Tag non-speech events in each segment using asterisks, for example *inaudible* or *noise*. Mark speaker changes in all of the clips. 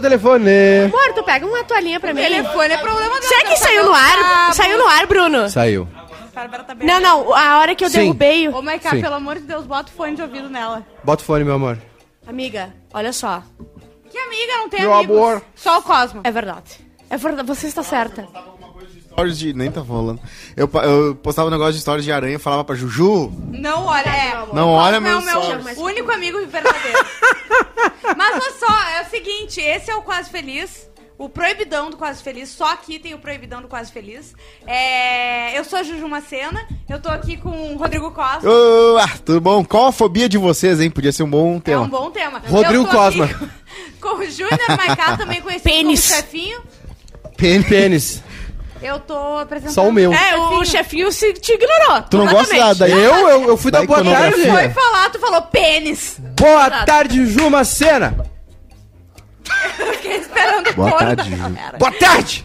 Speaker 1: telefone.
Speaker 2: Amor, tu pega uma toalhinha pra mim.
Speaker 3: Telefone é problema dela. tá
Speaker 2: Será que saiu no ar? Saiu no ar, Bruno?
Speaker 1: Saiu.
Speaker 3: Bárbara tá bem.
Speaker 2: Não, não, a hora que eu
Speaker 1: Sim.
Speaker 2: derrubei.
Speaker 3: Ô,
Speaker 2: o-
Speaker 3: Maiká,
Speaker 1: Sim.
Speaker 3: pelo amor de Deus, bota o fone de ouvido nela.
Speaker 1: Bota o fone, meu amor.
Speaker 2: Amiga, olha só.
Speaker 3: Que amiga, não tem
Speaker 4: Meu
Speaker 3: amigos.
Speaker 4: amor.
Speaker 3: Só o Cosmo.
Speaker 2: É verdade. É verdade, você está certa.
Speaker 4: Stories de. Nem tá falando. Eu, pa- eu postava um negócio de stories de aranha, falava pra Juju.
Speaker 3: Não olha, é.
Speaker 4: Não olha
Speaker 3: Não,
Speaker 4: meus
Speaker 3: meu
Speaker 4: stories.
Speaker 3: único amigo verdadeiro. Mas olha só, é o seguinte, esse é o Quase Feliz. O proibidão do Quase Feliz, só aqui tem o proibidão do Quase Feliz. É, eu sou a Juju Macena, eu tô aqui com o Rodrigo É Costa.
Speaker 4: Ô, ah, tudo bom? Qual a fobia de vocês, hein? Podia ser um bom
Speaker 3: É
Speaker 4: tema.
Speaker 3: um bom tema.
Speaker 1: Rodrigo
Speaker 3: Eu tô aqui
Speaker 1: Cosma.
Speaker 3: *laughs* Com com o Júnior Maiká, também conhecido
Speaker 2: Pênis.
Speaker 3: como Chefinho.
Speaker 1: Pênis. Pênis.
Speaker 3: Eu tô apresentando...
Speaker 1: Só o meu.
Speaker 2: É, o, o chefinho se, te ignorou.
Speaker 4: Tu não gosta da,
Speaker 2: completamente.
Speaker 4: da
Speaker 1: Eu, eu, eu fui dar
Speaker 4: Da
Speaker 1: boa tarde.
Speaker 4: iconografia.
Speaker 3: Foi falar, tu falou pênis. *laughs*
Speaker 1: Boa tarde, Juma Cena.
Speaker 3: Fiquei esperando o
Speaker 4: Boa
Speaker 3: coro
Speaker 4: tarde,
Speaker 3: da
Speaker 4: Ju.
Speaker 3: galera.
Speaker 1: Boa tarde.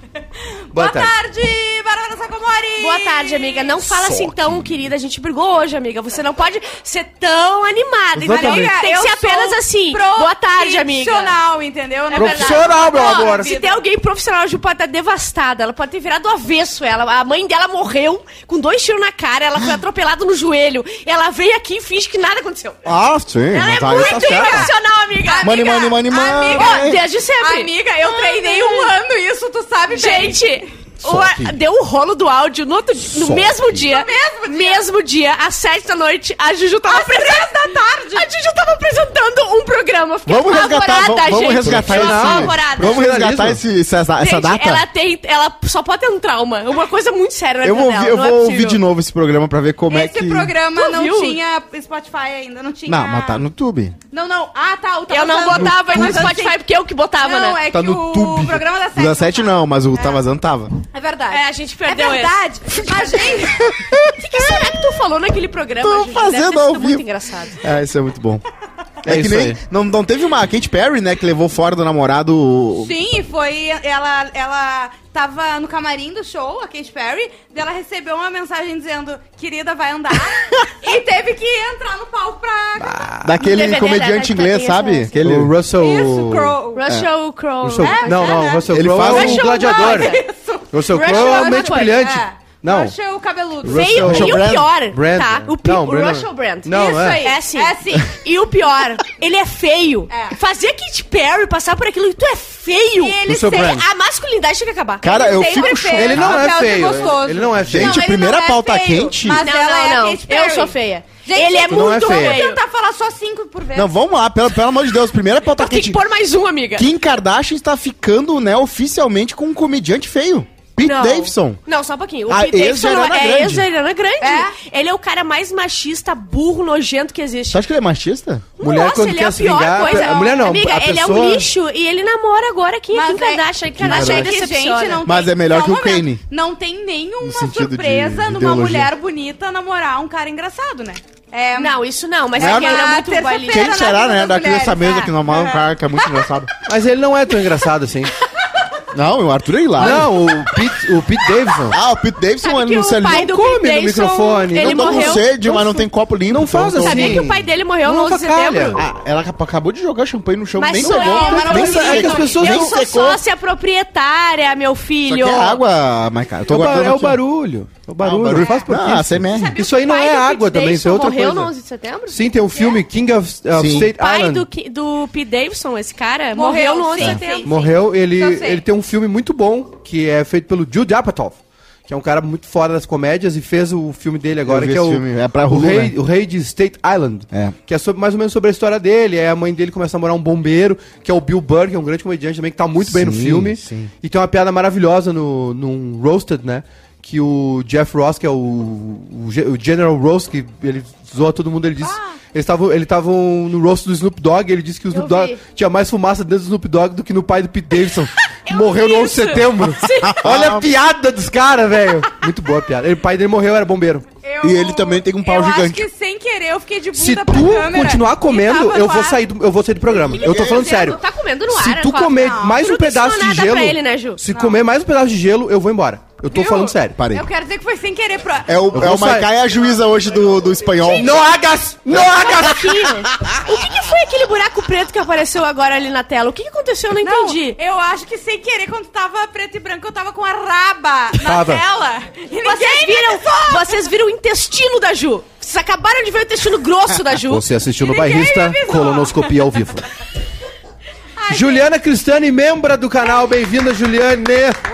Speaker 3: Boa tarde, Bárbara Sacomori!
Speaker 2: Boa tarde, amiga. Não fala
Speaker 4: Só
Speaker 2: assim tão, querida. A gente brigou hoje, amiga. Você não pode ser tão animada. entendeu?
Speaker 1: Exatamente.
Speaker 2: Tem que ser
Speaker 3: eu
Speaker 2: apenas
Speaker 3: sou
Speaker 2: assim. Boa tarde, amiga.
Speaker 3: Profissional, entendeu? Na
Speaker 1: Profissional, meu
Speaker 3: Ó,
Speaker 1: amor.
Speaker 2: Se
Speaker 3: tá-
Speaker 2: tem alguém profissional, a Ju pode estar devastada. Ela pode ter virado avesso. Ela, a mãe dela morreu com dois tiros na cara. Ela foi atropelada no joelho. Ela veio aqui e finge que nada aconteceu.
Speaker 4: Ah, sim.
Speaker 2: Ela é
Speaker 4: mas aí tá
Speaker 2: muito
Speaker 4: certo.
Speaker 2: irracional, amiga.
Speaker 4: Money,
Speaker 2: Amiga,
Speaker 4: money, money, money.
Speaker 2: Ó, desde sempre.
Speaker 3: Amiga, eu treinei um ano isso, tu sabe bem.
Speaker 2: Gente,
Speaker 4: Só
Speaker 2: o-
Speaker 4: aqui.
Speaker 2: deu o rolo do áudio no, outro, di- no
Speaker 4: Só
Speaker 2: mesmo
Speaker 4: aqui.
Speaker 2: dia.
Speaker 3: mesmo dia.
Speaker 2: mesmo dia, às sete da noite, a Juju tava apresentando. da tarde. A Juju tava apresentando um programa. Eu Fiquei
Speaker 4: Vamos resgatar,
Speaker 2: é apavorada,
Speaker 4: vamos, vamos
Speaker 2: gente.
Speaker 4: resgatar
Speaker 2: Eu
Speaker 4: esse.
Speaker 2: apavorada.
Speaker 4: Vamos resgatar
Speaker 1: Jornalismo.
Speaker 4: esse, essa, essa
Speaker 2: Gente,
Speaker 4: data.
Speaker 2: Ela, tá tem, ela só pode ter um trauma. Uma coisa muito séria na
Speaker 4: Eu
Speaker 2: vida
Speaker 4: vou,
Speaker 2: dela,
Speaker 4: ouvir, eu
Speaker 2: não é
Speaker 4: vou ouvir
Speaker 2: possível.
Speaker 4: de novo esse programa pra ver como é
Speaker 3: Esse
Speaker 4: que.
Speaker 3: programa
Speaker 2: Tu
Speaker 3: não
Speaker 2: viu?
Speaker 3: tinha Spotify ainda, não tinha...
Speaker 4: Não, mas tá no YouTube.
Speaker 3: Não, não. Ah, tá. O
Speaker 2: Eu não
Speaker 3: Tava Vazando-
Speaker 2: botava no
Speaker 3: Tava Vazando
Speaker 2: Spotify porque eu que
Speaker 3: tem-
Speaker 2: botava,
Speaker 3: Não,
Speaker 2: né?
Speaker 3: é
Speaker 4: Tá
Speaker 3: que
Speaker 4: no
Speaker 3: o
Speaker 4: tube.
Speaker 3: programa da
Speaker 4: O
Speaker 3: sete.
Speaker 4: Da 7 não, mas o Tá Vazando tava.
Speaker 3: É verdade.
Speaker 2: É, a gente perdeu
Speaker 3: É verdade. A gente...
Speaker 2: *laughs* O que, que será que tu falou naquele programa?
Speaker 4: Tô
Speaker 2: Juju? Deve ter
Speaker 4: fazendo
Speaker 2: sido
Speaker 4: ao
Speaker 2: muito
Speaker 4: vivo.
Speaker 2: engraçado.
Speaker 4: É, isso é muito bom.
Speaker 1: É
Speaker 4: É, que
Speaker 1: isso
Speaker 4: nem.
Speaker 1: aí.
Speaker 4: Não, não teve uma Kate Perry, né? Que levou fora do namorado. o-
Speaker 3: Sim, e foi. Ela, ela tava no camarim do show, a Katy Perry, daí ela recebeu uma mensagem dizendo, querida,
Speaker 2: *laughs*
Speaker 3: vai andar. e teve que entrar no palco pra. cantar.
Speaker 4: Daquele
Speaker 2: No DVD, né,
Speaker 4: comediante inglês,
Speaker 2: tem essa-
Speaker 4: sabe?
Speaker 2: essa-
Speaker 4: Aquele.
Speaker 1: O Russell...
Speaker 3: Isso, Crow.
Speaker 2: É. Russell Crowe.
Speaker 1: Russell...
Speaker 3: É,
Speaker 1: não,
Speaker 3: é,
Speaker 1: não,
Speaker 3: é.
Speaker 1: Russell
Speaker 4: Ele
Speaker 1: Crowe
Speaker 4: faz
Speaker 1: é
Speaker 4: um-
Speaker 1: um gladiador.
Speaker 3: *laughs* Isso.
Speaker 1: Russell
Speaker 2: Russell
Speaker 1: Crow é
Speaker 2: é
Speaker 1: um mente
Speaker 2: uma coisa,
Speaker 1: brilhante.
Speaker 3: É.
Speaker 1: Não.
Speaker 3: Achei o cabeludo.
Speaker 1: Russell-
Speaker 2: Feio
Speaker 1: Russell
Speaker 2: e o
Speaker 4: Brand-
Speaker 2: pior,
Speaker 1: Brand-
Speaker 2: tá? O, pi-
Speaker 1: Não,
Speaker 2: o
Speaker 1: Brandon-
Speaker 2: Russell Brand.
Speaker 1: Não,
Speaker 3: Isso
Speaker 1: é.
Speaker 3: aí.
Speaker 2: É sim.
Speaker 3: É sim.
Speaker 2: E o pior, ele é feio.
Speaker 3: É.
Speaker 2: Fazer Kate Perry passar por aquilo, tu é feio.
Speaker 3: E ele
Speaker 1: Russell
Speaker 3: sem-
Speaker 1: Brand.
Speaker 2: A masculinidade tinha que acabar. é
Speaker 4: Cara, eu
Speaker 3: sempre
Speaker 4: fico
Speaker 3: fez.
Speaker 4: chocado.
Speaker 1: é Ele não
Speaker 3: Não,
Speaker 1: é
Speaker 3: é
Speaker 1: feio.
Speaker 3: gostoso.
Speaker 1: Ele não é feio.
Speaker 4: Gente,
Speaker 3: Não, ele
Speaker 4: primeira
Speaker 3: não é
Speaker 4: pauta
Speaker 3: feio,
Speaker 4: quente.
Speaker 3: mas-
Speaker 2: não,
Speaker 3: ela é a
Speaker 2: não, não.
Speaker 3: Katy Perry.
Speaker 2: Eu sou feia.
Speaker 3: Gente,
Speaker 2: ele é
Speaker 3: tu
Speaker 1: não é
Speaker 2: muito
Speaker 1: feia.
Speaker 3: Vou
Speaker 2: feio.
Speaker 3: tentar falar só cinco por vez.
Speaker 4: Não, vamos lá, pelo, pelo amor de Deus. Primeira pauta
Speaker 2: Eu tenho que
Speaker 4: quente.
Speaker 2: pôr mais um, amiga.
Speaker 4: Kim Kardashian está ficando, né, oficialmente com um comediante feio. Pete
Speaker 2: Não.
Speaker 4: Davidson.
Speaker 2: Não, só um pouquinho. O
Speaker 1: Ah,
Speaker 4: A
Speaker 2: Pete Davidson não
Speaker 4: ex-Ariana
Speaker 2: é
Speaker 4: Grande.
Speaker 2: ex-Ariana Grande.
Speaker 3: É.
Speaker 2: Ele é o cara mais machista, burro, nojento que existe.
Speaker 4: Você acha que ele é machista?
Speaker 1: Tá, Mulher
Speaker 2: Nossa,
Speaker 1: quando
Speaker 2: ele
Speaker 1: quer
Speaker 2: é a
Speaker 1: se
Speaker 2: pior
Speaker 1: vingar,
Speaker 2: coisa.
Speaker 1: a mulher não,
Speaker 2: Amiga,
Speaker 1: a
Speaker 2: ele é um
Speaker 1: pessoa-
Speaker 2: lixo e ele namora agora quem? Kim Kardashian. Kim Kardashian
Speaker 3: é
Speaker 2: é
Speaker 3: que,
Speaker 2: decepciona.
Speaker 3: gente, não
Speaker 4: Mas
Speaker 3: tem-
Speaker 4: é melhor
Speaker 3: só
Speaker 4: que o
Speaker 3: um momento.
Speaker 4: Kanye.
Speaker 3: Não tem nenhuma
Speaker 4: No sentido de
Speaker 3: surpresa numa
Speaker 4: ideologia.
Speaker 3: mulher bonita namorar um cara engraçado, né? É,
Speaker 2: Não, isso não, mas
Speaker 4: Não,
Speaker 2: é que
Speaker 4: não,
Speaker 2: ela é
Speaker 3: não.
Speaker 2: muito
Speaker 3: Terça-feira.
Speaker 2: balinha.
Speaker 4: Quem
Speaker 3: na
Speaker 4: será,
Speaker 3: vida
Speaker 4: né,
Speaker 3: das
Speaker 4: daqui dessa
Speaker 3: mulheres,
Speaker 4: mesa
Speaker 3: é.
Speaker 4: que não é um cara que é
Speaker 2: *laughs*
Speaker 4: muito engraçado.
Speaker 1: Mas ele não é tão engraçado assim.
Speaker 4: Não, o Arthur é hilário.
Speaker 1: Não, o Pete, o Pete Davidson.
Speaker 4: Ah, o Pete
Speaker 1: é
Speaker 4: Davidson,
Speaker 2: Sabe que
Speaker 4: ele não
Speaker 2: o pai
Speaker 4: se alimenta.
Speaker 2: do
Speaker 1: come
Speaker 2: Pete
Speaker 1: no
Speaker 2: Davidson,
Speaker 1: microfone. tá
Speaker 2: Ele
Speaker 4: Eu tô com
Speaker 2: morreu.
Speaker 4: sede, mas não tem copo limpo.
Speaker 1: Não faz
Speaker 4: então-
Speaker 1: assim.
Speaker 2: Sabia que o pai dele morreu no
Speaker 1: Não
Speaker 2: 11 de
Speaker 1: avacalha.
Speaker 2: setembro?
Speaker 4: Ah, ela acab- acabou de jogar champanhe no chão,
Speaker 2: Mas
Speaker 4: nem
Speaker 2: sou
Speaker 4: secou.
Speaker 2: eu, mas não
Speaker 4: nem
Speaker 2: vou
Speaker 4: secou.
Speaker 2: dizer
Speaker 1: é que as
Speaker 2: não.
Speaker 1: pessoas
Speaker 2: Eu
Speaker 1: não
Speaker 2: sou sócia proprietária, meu
Speaker 4: Isso
Speaker 2: filho.
Speaker 4: aqui é água, Maica. Eu
Speaker 1: É
Speaker 4: tô
Speaker 1: o ba-
Speaker 4: guardando
Speaker 1: é o
Speaker 4: aqui.
Speaker 1: barulho. É o barulho.
Speaker 4: Ah,
Speaker 1: Não faz por
Speaker 4: Ah,
Speaker 1: isso.
Speaker 4: CMR.
Speaker 1: Isso aí não
Speaker 2: Pai
Speaker 1: é
Speaker 2: do Pete
Speaker 1: água também, isso é
Speaker 2: Davidson
Speaker 1: outra
Speaker 2: morreu
Speaker 1: coisa.
Speaker 2: no 11 de setembro?
Speaker 1: Sim, tem o filme King of, of
Speaker 4: Sim.
Speaker 1: State
Speaker 2: pai
Speaker 1: Island.
Speaker 2: do, Ki- do Pete Davidson, esse cara,
Speaker 3: Morreu,
Speaker 2: morreu, no 11 de
Speaker 3: sim,
Speaker 2: setembro.
Speaker 3: sim.
Speaker 1: Morreu, ele,
Speaker 3: Eu sei.
Speaker 1: ele tem um filme muito bom, que é feito pelo Jude Apatow, que é um cara muito fora das comédias e fez o filme dele agora,
Speaker 4: vi
Speaker 1: que é
Speaker 4: esse
Speaker 1: o,
Speaker 4: filme, é pra
Speaker 1: o,
Speaker 4: Hulu,
Speaker 1: rei,
Speaker 4: né?
Speaker 1: o Rei de State Island,
Speaker 4: É.
Speaker 1: que é sobre- mais ou menos sobre a história dele, é a mãe dele começa a namorar um bombeiro, que é o Bill Burr, que é um grande comediante também, que tá muito bem no
Speaker 4: Sim,
Speaker 1: filme,
Speaker 4: sim.
Speaker 1: e tem uma piada maravilhosa no, num Roasted, né, que o Jeff Ross, que é o, o ge- o General Ross, que ele zoa todo mundo, ele disse...
Speaker 2: Ah.
Speaker 1: Eles estavam ele tava no rosto do Snoop Dogg, ele disse que o Snoop
Speaker 2: Eu
Speaker 1: Dogg
Speaker 2: vi.
Speaker 1: tinha mais fumaça dentro do Snoop Dogg do que no pai do Pete
Speaker 2: *laughs*
Speaker 1: Davidson. que morreu no 11 de setembro. Olha a piada dos caras, velho. Muito boa a piada. Ele- O pai dele morreu, era bombeiro.
Speaker 3: Eu-
Speaker 4: E ele também tem um pau
Speaker 3: eu
Speaker 4: gigante.
Speaker 3: Acho que sem querer eu fiquei de bunda
Speaker 1: Se
Speaker 3: pra
Speaker 1: tu
Speaker 3: câmera
Speaker 1: continuar
Speaker 3: e
Speaker 1: comendo,
Speaker 3: tava
Speaker 1: eu
Speaker 3: no
Speaker 1: vou,
Speaker 3: ar.
Speaker 1: sair do, eu vou sair do programa. eu tô falando
Speaker 2: dizendo?
Speaker 1: sério.
Speaker 2: Tá comendo no ar,
Speaker 1: Se tu
Speaker 2: Rafa.
Speaker 1: comer
Speaker 2: Não.
Speaker 1: mais
Speaker 2: Tu
Speaker 1: um
Speaker 2: não ensinou
Speaker 1: pedaço de
Speaker 2: nada
Speaker 1: gelo.
Speaker 2: pra ele, né, Ju?
Speaker 1: Se comer mais um pedaço de gelo, eu vou embora. Eu tô
Speaker 3: Viu?
Speaker 1: falando sério.
Speaker 4: Parei.
Speaker 3: Eu quero dizer que foi sem querer. Pro...
Speaker 4: É o,
Speaker 1: vou
Speaker 4: é o
Speaker 1: sair.
Speaker 4: Maicá e a juíza hoje do, do espanhol.
Speaker 1: Não hagas! Não hagas!
Speaker 2: *laughs* O que, que foi aquele buraco preto que apareceu agora ali na tela? O que, que aconteceu? Eu não
Speaker 3: Não,
Speaker 2: entendi.
Speaker 3: eu acho que sem querer, quando tava preto e branco, eu tava com a raba na
Speaker 1: Tava.
Speaker 3: tela. E
Speaker 2: Vocês
Speaker 3: ninguém
Speaker 2: viram,
Speaker 3: viram.
Speaker 2: vocês viram o intestino da Ju. Vocês acabaram de ver o intestino grosso da Ju.
Speaker 1: Você assistiu no
Speaker 3: Ninguém
Speaker 1: Bairrista,
Speaker 3: avisou.
Speaker 1: colonoscopia ao
Speaker 2: *laughs*
Speaker 1: vivo. Juliana Cristani, membra do canal, bem-vinda, Juliane.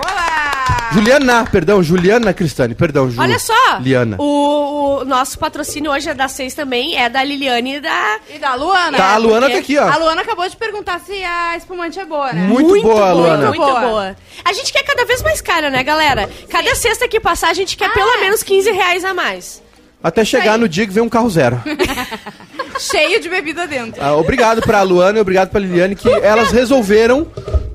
Speaker 3: Olá!
Speaker 1: Juliana, perdão, Juliana Cristani, perdão, Ju.
Speaker 2: Olha só,
Speaker 1: Liana.
Speaker 2: O, o nosso patrocínio hoje é da Seis também, é da Liliane e da...
Speaker 3: E da Luana?
Speaker 1: Tá, a Luana
Speaker 2: porque
Speaker 1: tá aqui, ó.
Speaker 3: A Luana acabou de perguntar se a espumante é boa, né?
Speaker 1: Muito, boa, Luana.
Speaker 2: Muito boa. A gente quer cada vez mais cara, né, galera? Cada sexta que passar, a gente quer pelo menos 15 reais a mais.
Speaker 1: Até chegar no dia que vem um carro zero.
Speaker 3: Cheio de bebida dentro.
Speaker 1: Ah, obrigado pra Luana e obrigado pra Liliane, que elas resolveram.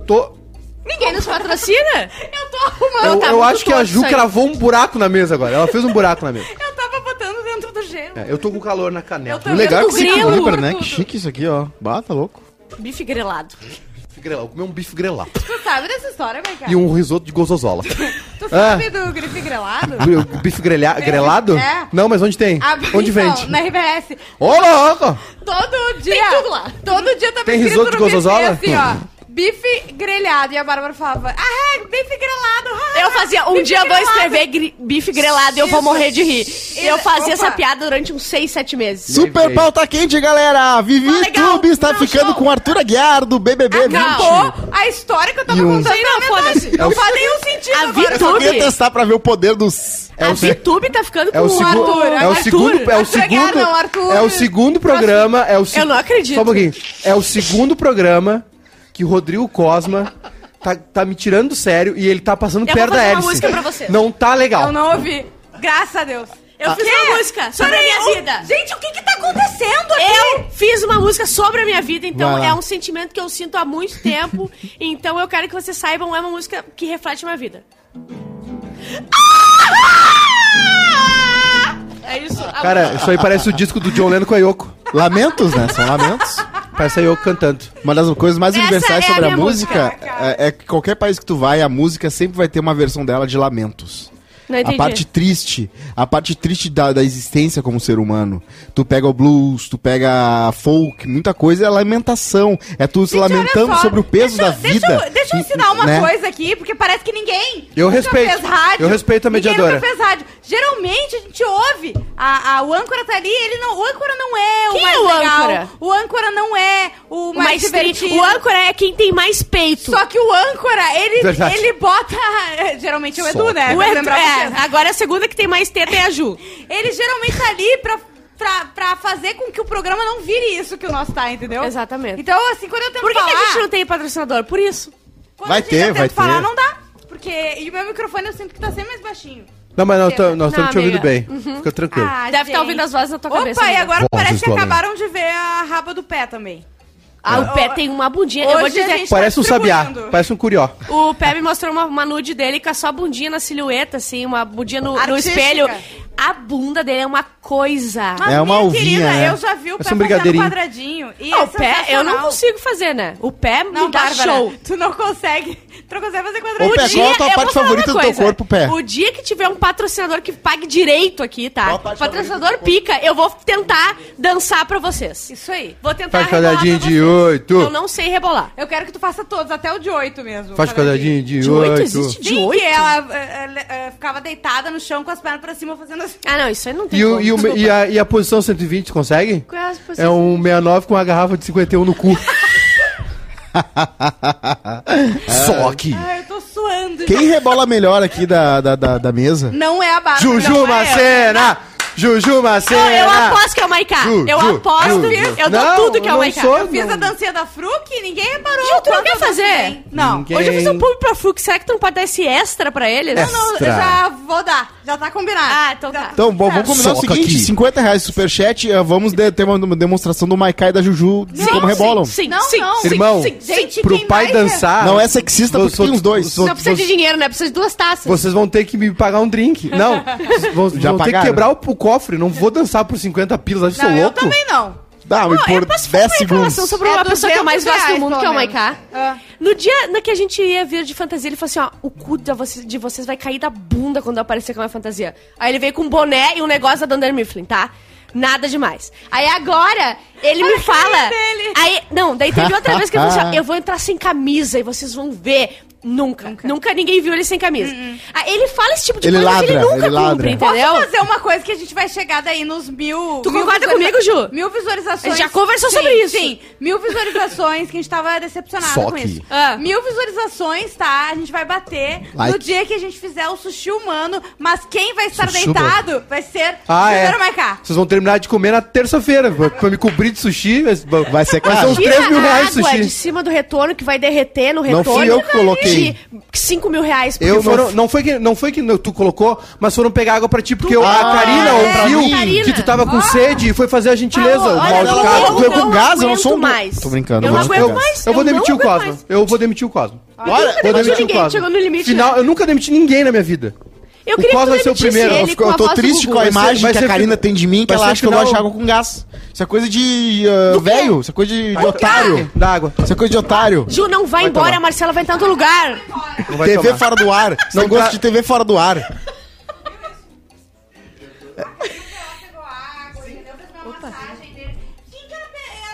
Speaker 1: Tô-
Speaker 2: Ninguém nos patrocina?
Speaker 3: Eu tô arrumando.
Speaker 1: Eu,
Speaker 2: tá
Speaker 1: eu
Speaker 2: muito
Speaker 1: acho que a
Speaker 2: torto
Speaker 1: Ju
Speaker 2: isso aí.
Speaker 1: cravou um buraco na mesa agora. Ela fez um buraco na mesa.
Speaker 3: Eu tava botando dentro do gelo.
Speaker 1: É, eu tô com calor na canela.
Speaker 3: Eu
Speaker 4: O
Speaker 3: também.
Speaker 4: legal é que
Speaker 2: Mesmo
Speaker 4: você
Speaker 2: Tá grilo,
Speaker 4: lembra, né?
Speaker 3: tudo.
Speaker 4: Que chique isso aqui, ó. Bata, louco.
Speaker 2: Bife grelado.
Speaker 1: Bife grelado, eu comi um bife grelado.
Speaker 3: Tu sabe dessa história, Maicá?
Speaker 1: E Ah. um risoto de
Speaker 3: *laughs*
Speaker 1: gozozola.
Speaker 3: Tu sabe do grife grelado?
Speaker 1: *laughs* O bife grelha- grelado?
Speaker 3: É.
Speaker 1: Não, mas onde tem?
Speaker 3: Ah,
Speaker 1: onde
Speaker 3: então,
Speaker 1: vende?
Speaker 3: Na RBS.
Speaker 1: Ô, louco!
Speaker 3: Todo dia.
Speaker 2: tudo lá.
Speaker 3: Todo dia tava
Speaker 1: Tem
Speaker 3: escrito
Speaker 1: risoto de
Speaker 3: no buffet,
Speaker 1: gozozola? *laughs*
Speaker 3: assim, ó. Bife grelhado. E a Bárbara falava, ah, é, bife grelado. ah,
Speaker 2: Eu fazia, um
Speaker 3: bife
Speaker 2: dia eu vou
Speaker 3: grelado."
Speaker 2: escrever gri- bife grelado e eu vou morrer de rir. Eu fazia
Speaker 3: Opa.
Speaker 2: essa piada durante uns 6, 7 meses.
Speaker 4: Super pauta quente, galera! Vivi
Speaker 2: Ah, legal.
Speaker 4: Tube está
Speaker 2: Não,
Speaker 4: ficando
Speaker 2: show.
Speaker 4: com Arthur Aguiar do
Speaker 1: É
Speaker 4: BBB
Speaker 3: Acabou
Speaker 4: um.
Speaker 3: a história que eu tava
Speaker 4: E um-
Speaker 3: contando
Speaker 2: Sim,
Speaker 3: pra
Speaker 2: não,
Speaker 3: metade.
Speaker 2: foda-se.
Speaker 3: Não faz nenhum sentido
Speaker 2: A
Speaker 3: agora.
Speaker 2: Viih
Speaker 4: 20. Eu só queria
Speaker 2: Tube.
Speaker 4: testar pra ver o poder dos...
Speaker 2: a VTube tá ficando
Speaker 1: É
Speaker 2: com
Speaker 1: o
Speaker 2: o
Speaker 1: segundo,
Speaker 2: Arthur.
Speaker 1: é o
Speaker 2: Arthur.
Speaker 1: segundo, é o
Speaker 3: Arthur Aguiar,
Speaker 1: segundo,
Speaker 3: não, Arthur.
Speaker 1: é o segundo programa, é o se-
Speaker 2: Eu não acredito.
Speaker 1: Só um pouquinho. É o segundo programa que o Rodrigo Cosma tá, tá me tirando do sério e ele tá passando
Speaker 2: vou
Speaker 1: perto da
Speaker 2: fazer uma
Speaker 1: hélice.
Speaker 2: música pra você.
Speaker 1: Não tá legal.
Speaker 3: Eu não ouvi. Graças a Deus.
Speaker 2: Eu fiz uma música sobre a minha vida.
Speaker 3: Gente, o que que tá acontecendo aqui?
Speaker 2: Eu fiz uma música sobre a minha vida, então
Speaker 4: Vai lá.
Speaker 2: é um sentimento que eu sinto há muito
Speaker 1: *laughs*
Speaker 2: tempo. então eu quero que vocês saibam, é uma música que reflete uma vida. É isso. a
Speaker 1: Cara, isso aí parece o disco do John Lennon com a Yoko.
Speaker 4: Lamentos, né? São lamentos.
Speaker 1: Parece a Yoko cantando.
Speaker 4: Uma das coisas mais
Speaker 2: Essa
Speaker 4: universais
Speaker 2: é a
Speaker 4: sobre a,
Speaker 2: minha
Speaker 4: música,
Speaker 3: música, cara.
Speaker 4: é, é que qualquer país que tu vai, a música sempre vai ter uma versão dela de lamentos.
Speaker 2: Não
Speaker 4: a
Speaker 2: entendi.
Speaker 4: parte triste, a parte triste da, da existência como ser humano. Tu pega o blues, tu pega folk, muita coisa é lamentação. É tu se
Speaker 3: Gente, olha
Speaker 4: lamentando
Speaker 3: só.
Speaker 4: sobre o peso
Speaker 3: Deixa
Speaker 4: da
Speaker 3: eu-
Speaker 4: vida.
Speaker 3: Deixa eu, deixa eu ensinar uma
Speaker 4: né?
Speaker 3: coisa aqui, porque parece que ninguém.
Speaker 1: Eu
Speaker 3: nunca
Speaker 1: respeito.
Speaker 3: Fez rádio,
Speaker 1: Eu respeito a mediadora.
Speaker 3: Ninguém nunca fez rádio. Geralmente a gente ouve. A, a- o âncora tá ali, ele não. O âncora não é o
Speaker 2: Quem
Speaker 3: mais
Speaker 2: é o
Speaker 3: legal.
Speaker 2: âncora?
Speaker 3: O âncora não é o
Speaker 2: O
Speaker 3: mais,
Speaker 2: mais triste-
Speaker 3: divertido.
Speaker 2: o âncora é quem tem mais peito.
Speaker 3: Só que o âncora, ele,
Speaker 1: Verdade.
Speaker 3: ele bota. *laughs* Geralmente é o Edu,
Speaker 4: Só
Speaker 3: né?
Speaker 2: O
Speaker 3: Pra
Speaker 2: Edu-
Speaker 3: lembrar
Speaker 2: é,
Speaker 3: vocês.
Speaker 2: agora a segunda que tem mais teta é a Ju.
Speaker 3: Ele geralmente tá ali pra, pra, pra fazer com que o programa não vire isso que o nosso tá, entendeu?
Speaker 2: Exatamente.
Speaker 3: Então, assim, quando eu tento
Speaker 2: Por que,
Speaker 3: falar...
Speaker 2: que a gente não tem patrocinador? Por isso.
Speaker 3: Quando
Speaker 4: Vai
Speaker 3: a gente
Speaker 4: ter,
Speaker 3: eu tento
Speaker 4: vai
Speaker 3: falar,
Speaker 4: ter.
Speaker 3: não dá. Porque... E o meu microfone eu sinto que tá sempre mais baixinho. Ah,
Speaker 1: Não, mas nós tam- nós
Speaker 2: Não,
Speaker 1: estamos te ouvindo
Speaker 2: amiga. Uhum. Ah,
Speaker 1: bem. Fica tranquilo.
Speaker 2: Deve estar ouvindo as vozes na tua
Speaker 3: Opa,
Speaker 2: cabeça.
Speaker 3: e
Speaker 2: amiga.
Speaker 3: agora
Speaker 1: Vozes
Speaker 3: parece que
Speaker 1: do além.
Speaker 3: acabaram de ver a raba do pé também.
Speaker 2: Ah, o pé tem uma bundinha. Eu vou
Speaker 3: Hoje a
Speaker 2: dizer,
Speaker 3: gente-
Speaker 1: parece um sabiá,
Speaker 3: distribuindo.
Speaker 1: parece um curió.
Speaker 2: o pé me mostrou uma, uma nude dele com a só bundinha na silhueta, assim, uma bundinha no, no
Speaker 3: Artística. Ah,
Speaker 2: espelho. A bunda dele é uma coisa.
Speaker 3: Mas,
Speaker 4: É uma
Speaker 3: minha
Speaker 4: uvinha,
Speaker 3: querida,
Speaker 4: né?
Speaker 3: eu já vi o pé
Speaker 1: Parece um
Speaker 3: fazendo
Speaker 1: brigadeirinho.
Speaker 3: quadradinho. E
Speaker 2: Ah,
Speaker 3: é
Speaker 2: o pé, eu não
Speaker 3: sensacional.
Speaker 2: consigo fazer, né? O pé
Speaker 3: Não,
Speaker 2: me dá
Speaker 3: Bárbara,
Speaker 2: show.
Speaker 3: tu não consegue. Tu não consegue fazer
Speaker 4: Ô, Pé,
Speaker 3: quadradinho.
Speaker 4: qual a tua
Speaker 2: eu
Speaker 4: parte
Speaker 2: vou falar
Speaker 4: favorita
Speaker 2: uma
Speaker 4: do teu
Speaker 2: coisa.
Speaker 4: corpo, Pé?
Speaker 2: O dia que tiver um patrocinador que pague direito aqui, tá?
Speaker 4: Qual a parte
Speaker 2: Patrocinador pica, eu vou tentar dançar pra vocês.
Speaker 3: Isso aí.
Speaker 2: Vou tentar
Speaker 1: Faz
Speaker 2: rebolar pra
Speaker 1: quadradinho de
Speaker 2: vocês. Eu
Speaker 4: Uh.
Speaker 1: oito.
Speaker 2: não sei rebolar.
Speaker 3: Eu quero que tu faça todos, até o de oito mesmo.
Speaker 1: Faz quadradinho de
Speaker 2: De oito
Speaker 1: oito.
Speaker 2: existe?
Speaker 3: Sim,
Speaker 2: De oito?
Speaker 3: que ela eh, eh, eh, ficava deitada no chão com as pernas pra cima fazendo assim.
Speaker 2: Ah, não, isso aí não tem
Speaker 1: E, o- e, o-
Speaker 2: como,
Speaker 1: e a, e a posição 120, consegue?
Speaker 2: Qual é a posição?
Speaker 1: É um 69 com uma garrafa de 51 no
Speaker 4: *laughs*
Speaker 1: cu. Só que.
Speaker 3: Ai, eu tô suando.
Speaker 4: Quem rebola melhor aqui da, da, da, da mesa?
Speaker 3: Não é a barra.
Speaker 1: Juju Macena! Juju Macena!
Speaker 2: Não, eu aposto que é o Maiká.
Speaker 1: Ju,
Speaker 2: Eu
Speaker 1: Ju,
Speaker 2: aposto.
Speaker 1: Ju, Ju.
Speaker 2: Eu dou
Speaker 1: Não,
Speaker 2: tudo que é
Speaker 1: não
Speaker 2: o Maiká.
Speaker 1: sou.
Speaker 3: Eu fiz
Speaker 1: Não.
Speaker 3: a dancinha da Fruc e ninguém reparou.
Speaker 2: Ju, tu não
Speaker 3: quanto
Speaker 2: quer
Speaker 3: eu dancei.
Speaker 2: fazer?
Speaker 3: Não.
Speaker 1: Ninguém.
Speaker 2: Hoje eu fiz um pub pra Fruk. Será que tu não pode dar esse extra pra eles?
Speaker 1: É.
Speaker 3: Não, não, eu
Speaker 1: Extra.
Speaker 3: já vou dar. Já tá combinado.
Speaker 2: Ah, então tá.
Speaker 4: Então, bom, vamos combinar
Speaker 1: Soca
Speaker 4: o seguinte:
Speaker 1: aqui.
Speaker 4: 50 reais de superchat. eh, Vamos de- ter uma demonstração do Maikai e da Juju de como rebolam.
Speaker 2: Sim,
Speaker 3: Não,
Speaker 2: sim,
Speaker 3: não.
Speaker 2: sim,
Speaker 1: Irmão,
Speaker 2: sim, sim.
Speaker 3: Gente,
Speaker 1: pro
Speaker 3: quem
Speaker 1: pai
Speaker 3: mais
Speaker 1: dançar.
Speaker 4: Não é sexista
Speaker 1: Eu
Speaker 4: porque
Speaker 1: Ah, sou-
Speaker 4: tem os dois.
Speaker 1: sou-
Speaker 2: Não precisa de
Speaker 1: Vocês-
Speaker 2: dinheiro, né? Precisa de duas taças.
Speaker 1: Vocês vão ter que me pagar um drink. Não, vocês vão, vão
Speaker 4: Já
Speaker 1: ter que
Speaker 4: pagaram.
Speaker 1: quebrar o, o cofre. Não vou dançar por 50 pilas. Eu sou
Speaker 3: Não, eu
Speaker 1: é louco.
Speaker 3: também não.
Speaker 4: Ah, mas por
Speaker 2: posso
Speaker 4: 10
Speaker 2: fazer uma
Speaker 4: segundos.
Speaker 2: reclamação sobre
Speaker 3: É
Speaker 2: uma pessoa que eu mais
Speaker 3: 200
Speaker 2: gosto do
Speaker 3: reais,
Speaker 2: mundo,
Speaker 3: pelo
Speaker 2: que é o
Speaker 3: menos.
Speaker 2: Maiká.
Speaker 3: Ah.
Speaker 2: No dia na que a gente ia vir de fantasia, ele falou assim, ó, o cu da voce- de vocês vai cair da bunda quando eu aparecer com a minha fantasia. Aí ele veio com um boné e um negócio da Dunder Mifflin, tá? Nada demais. Aí agora, ele me fala...
Speaker 3: dele.
Speaker 2: Aí, não, daí teve outra vez que ele falou assim, ó, eu vou entrar sem camisa e vocês vão ver... Nunca, nunca. ninguém viu ele sem camisa. Aí ele fala esse tipo de
Speaker 4: Ele
Speaker 2: coisa que ele
Speaker 4: ladra,
Speaker 2: nunca
Speaker 4: ele ladra.
Speaker 2: cumpre,
Speaker 3: Hum, Posso
Speaker 2: entendeu?
Speaker 3: fazer uma coisa que a gente vai chegar daí nos mil.
Speaker 2: Tu
Speaker 3: mil
Speaker 2: concorda
Speaker 3: visualiza-
Speaker 2: comigo, Ju?
Speaker 3: Mil visualizações.
Speaker 2: A gente já conversou
Speaker 3: Sim,
Speaker 2: sobre isso.
Speaker 3: Sim, mil visualizações, que a gente tava decepcionado
Speaker 4: Só
Speaker 3: com
Speaker 4: que-
Speaker 3: isso.
Speaker 2: Ah.
Speaker 3: Mil visualizações, tá? A gente vai bater no
Speaker 4: Like.
Speaker 3: dia que a gente fizer o sushi humano, mas quem vai estar
Speaker 1: Sushi
Speaker 3: deitado vai ser
Speaker 1: Ah,
Speaker 3: o
Speaker 1: é.
Speaker 3: primeiro Maiká.
Speaker 1: Vocês vão terminar de comer na terça-feira. Pra pra me cobrir de sushi. Vai
Speaker 4: Vai ser caro.
Speaker 1: uns 3 mil
Speaker 2: a
Speaker 1: reais de
Speaker 2: água de
Speaker 1: sushi.
Speaker 2: cima do retorno que vai derreter no
Speaker 4: Não
Speaker 2: retorno.
Speaker 4: fui eu que coloquei.
Speaker 2: De 5 mil reais. porque
Speaker 1: Eu não,
Speaker 2: foram-
Speaker 1: foram- não foi que, não foi que tu colocou, mas foram pegar água pra ti, porque eu-
Speaker 4: Ah,
Speaker 1: a Karina
Speaker 4: é,
Speaker 1: ouviu
Speaker 2: Karina.
Speaker 1: que tu tava com sede e foi fazer a gentileza.
Speaker 2: Ah. Falou,
Speaker 1: o
Speaker 2: Tá olha,
Speaker 1: mal de
Speaker 4: eu não
Speaker 1: cara.
Speaker 4: vou-
Speaker 1: Tu é
Speaker 4: eu não aguento
Speaker 2: mais.
Speaker 4: Tô brincando,
Speaker 2: Eu não
Speaker 4: mas
Speaker 2: aguento
Speaker 4: eu-
Speaker 2: mais.
Speaker 1: Eu vou demitir o Cosmo.
Speaker 2: Cosmo.
Speaker 1: Eu vou demitir o Cosmo.
Speaker 2: Olha, nunca demitiu ninguém, chegou no limite,
Speaker 1: Final,
Speaker 2: né?
Speaker 1: eu nunca demiti ninguém na minha vida.
Speaker 2: Eu
Speaker 1: o
Speaker 2: queria
Speaker 1: Cosmo
Speaker 2: que tu
Speaker 1: vai ser o
Speaker 2: demitisse
Speaker 1: primeiro.
Speaker 2: ele
Speaker 4: Eu, fico- eu
Speaker 2: com a
Speaker 4: tô
Speaker 2: voz do
Speaker 4: triste
Speaker 2: Gugu.
Speaker 4: com a
Speaker 1: Vai ser-
Speaker 4: imagem
Speaker 1: vai
Speaker 4: que a
Speaker 1: ser
Speaker 4: Karina
Speaker 1: final-
Speaker 4: tem de mim, que
Speaker 1: vai
Speaker 4: ela
Speaker 1: ser
Speaker 4: acha que eu gosto de
Speaker 1: final-
Speaker 4: água com gás. Isso é coisa de ah, velho, isso é coisa de, de otário.
Speaker 1: Da água.
Speaker 4: Isso é coisa de otário.
Speaker 2: Ju, não vai, embora, a Marcela vai estar em outro lugar.
Speaker 1: Não vai
Speaker 4: TV
Speaker 1: tomar.
Speaker 4: fora do ar. Você
Speaker 1: Não
Speaker 4: gosta
Speaker 1: tá-
Speaker 4: de TV fora do ar.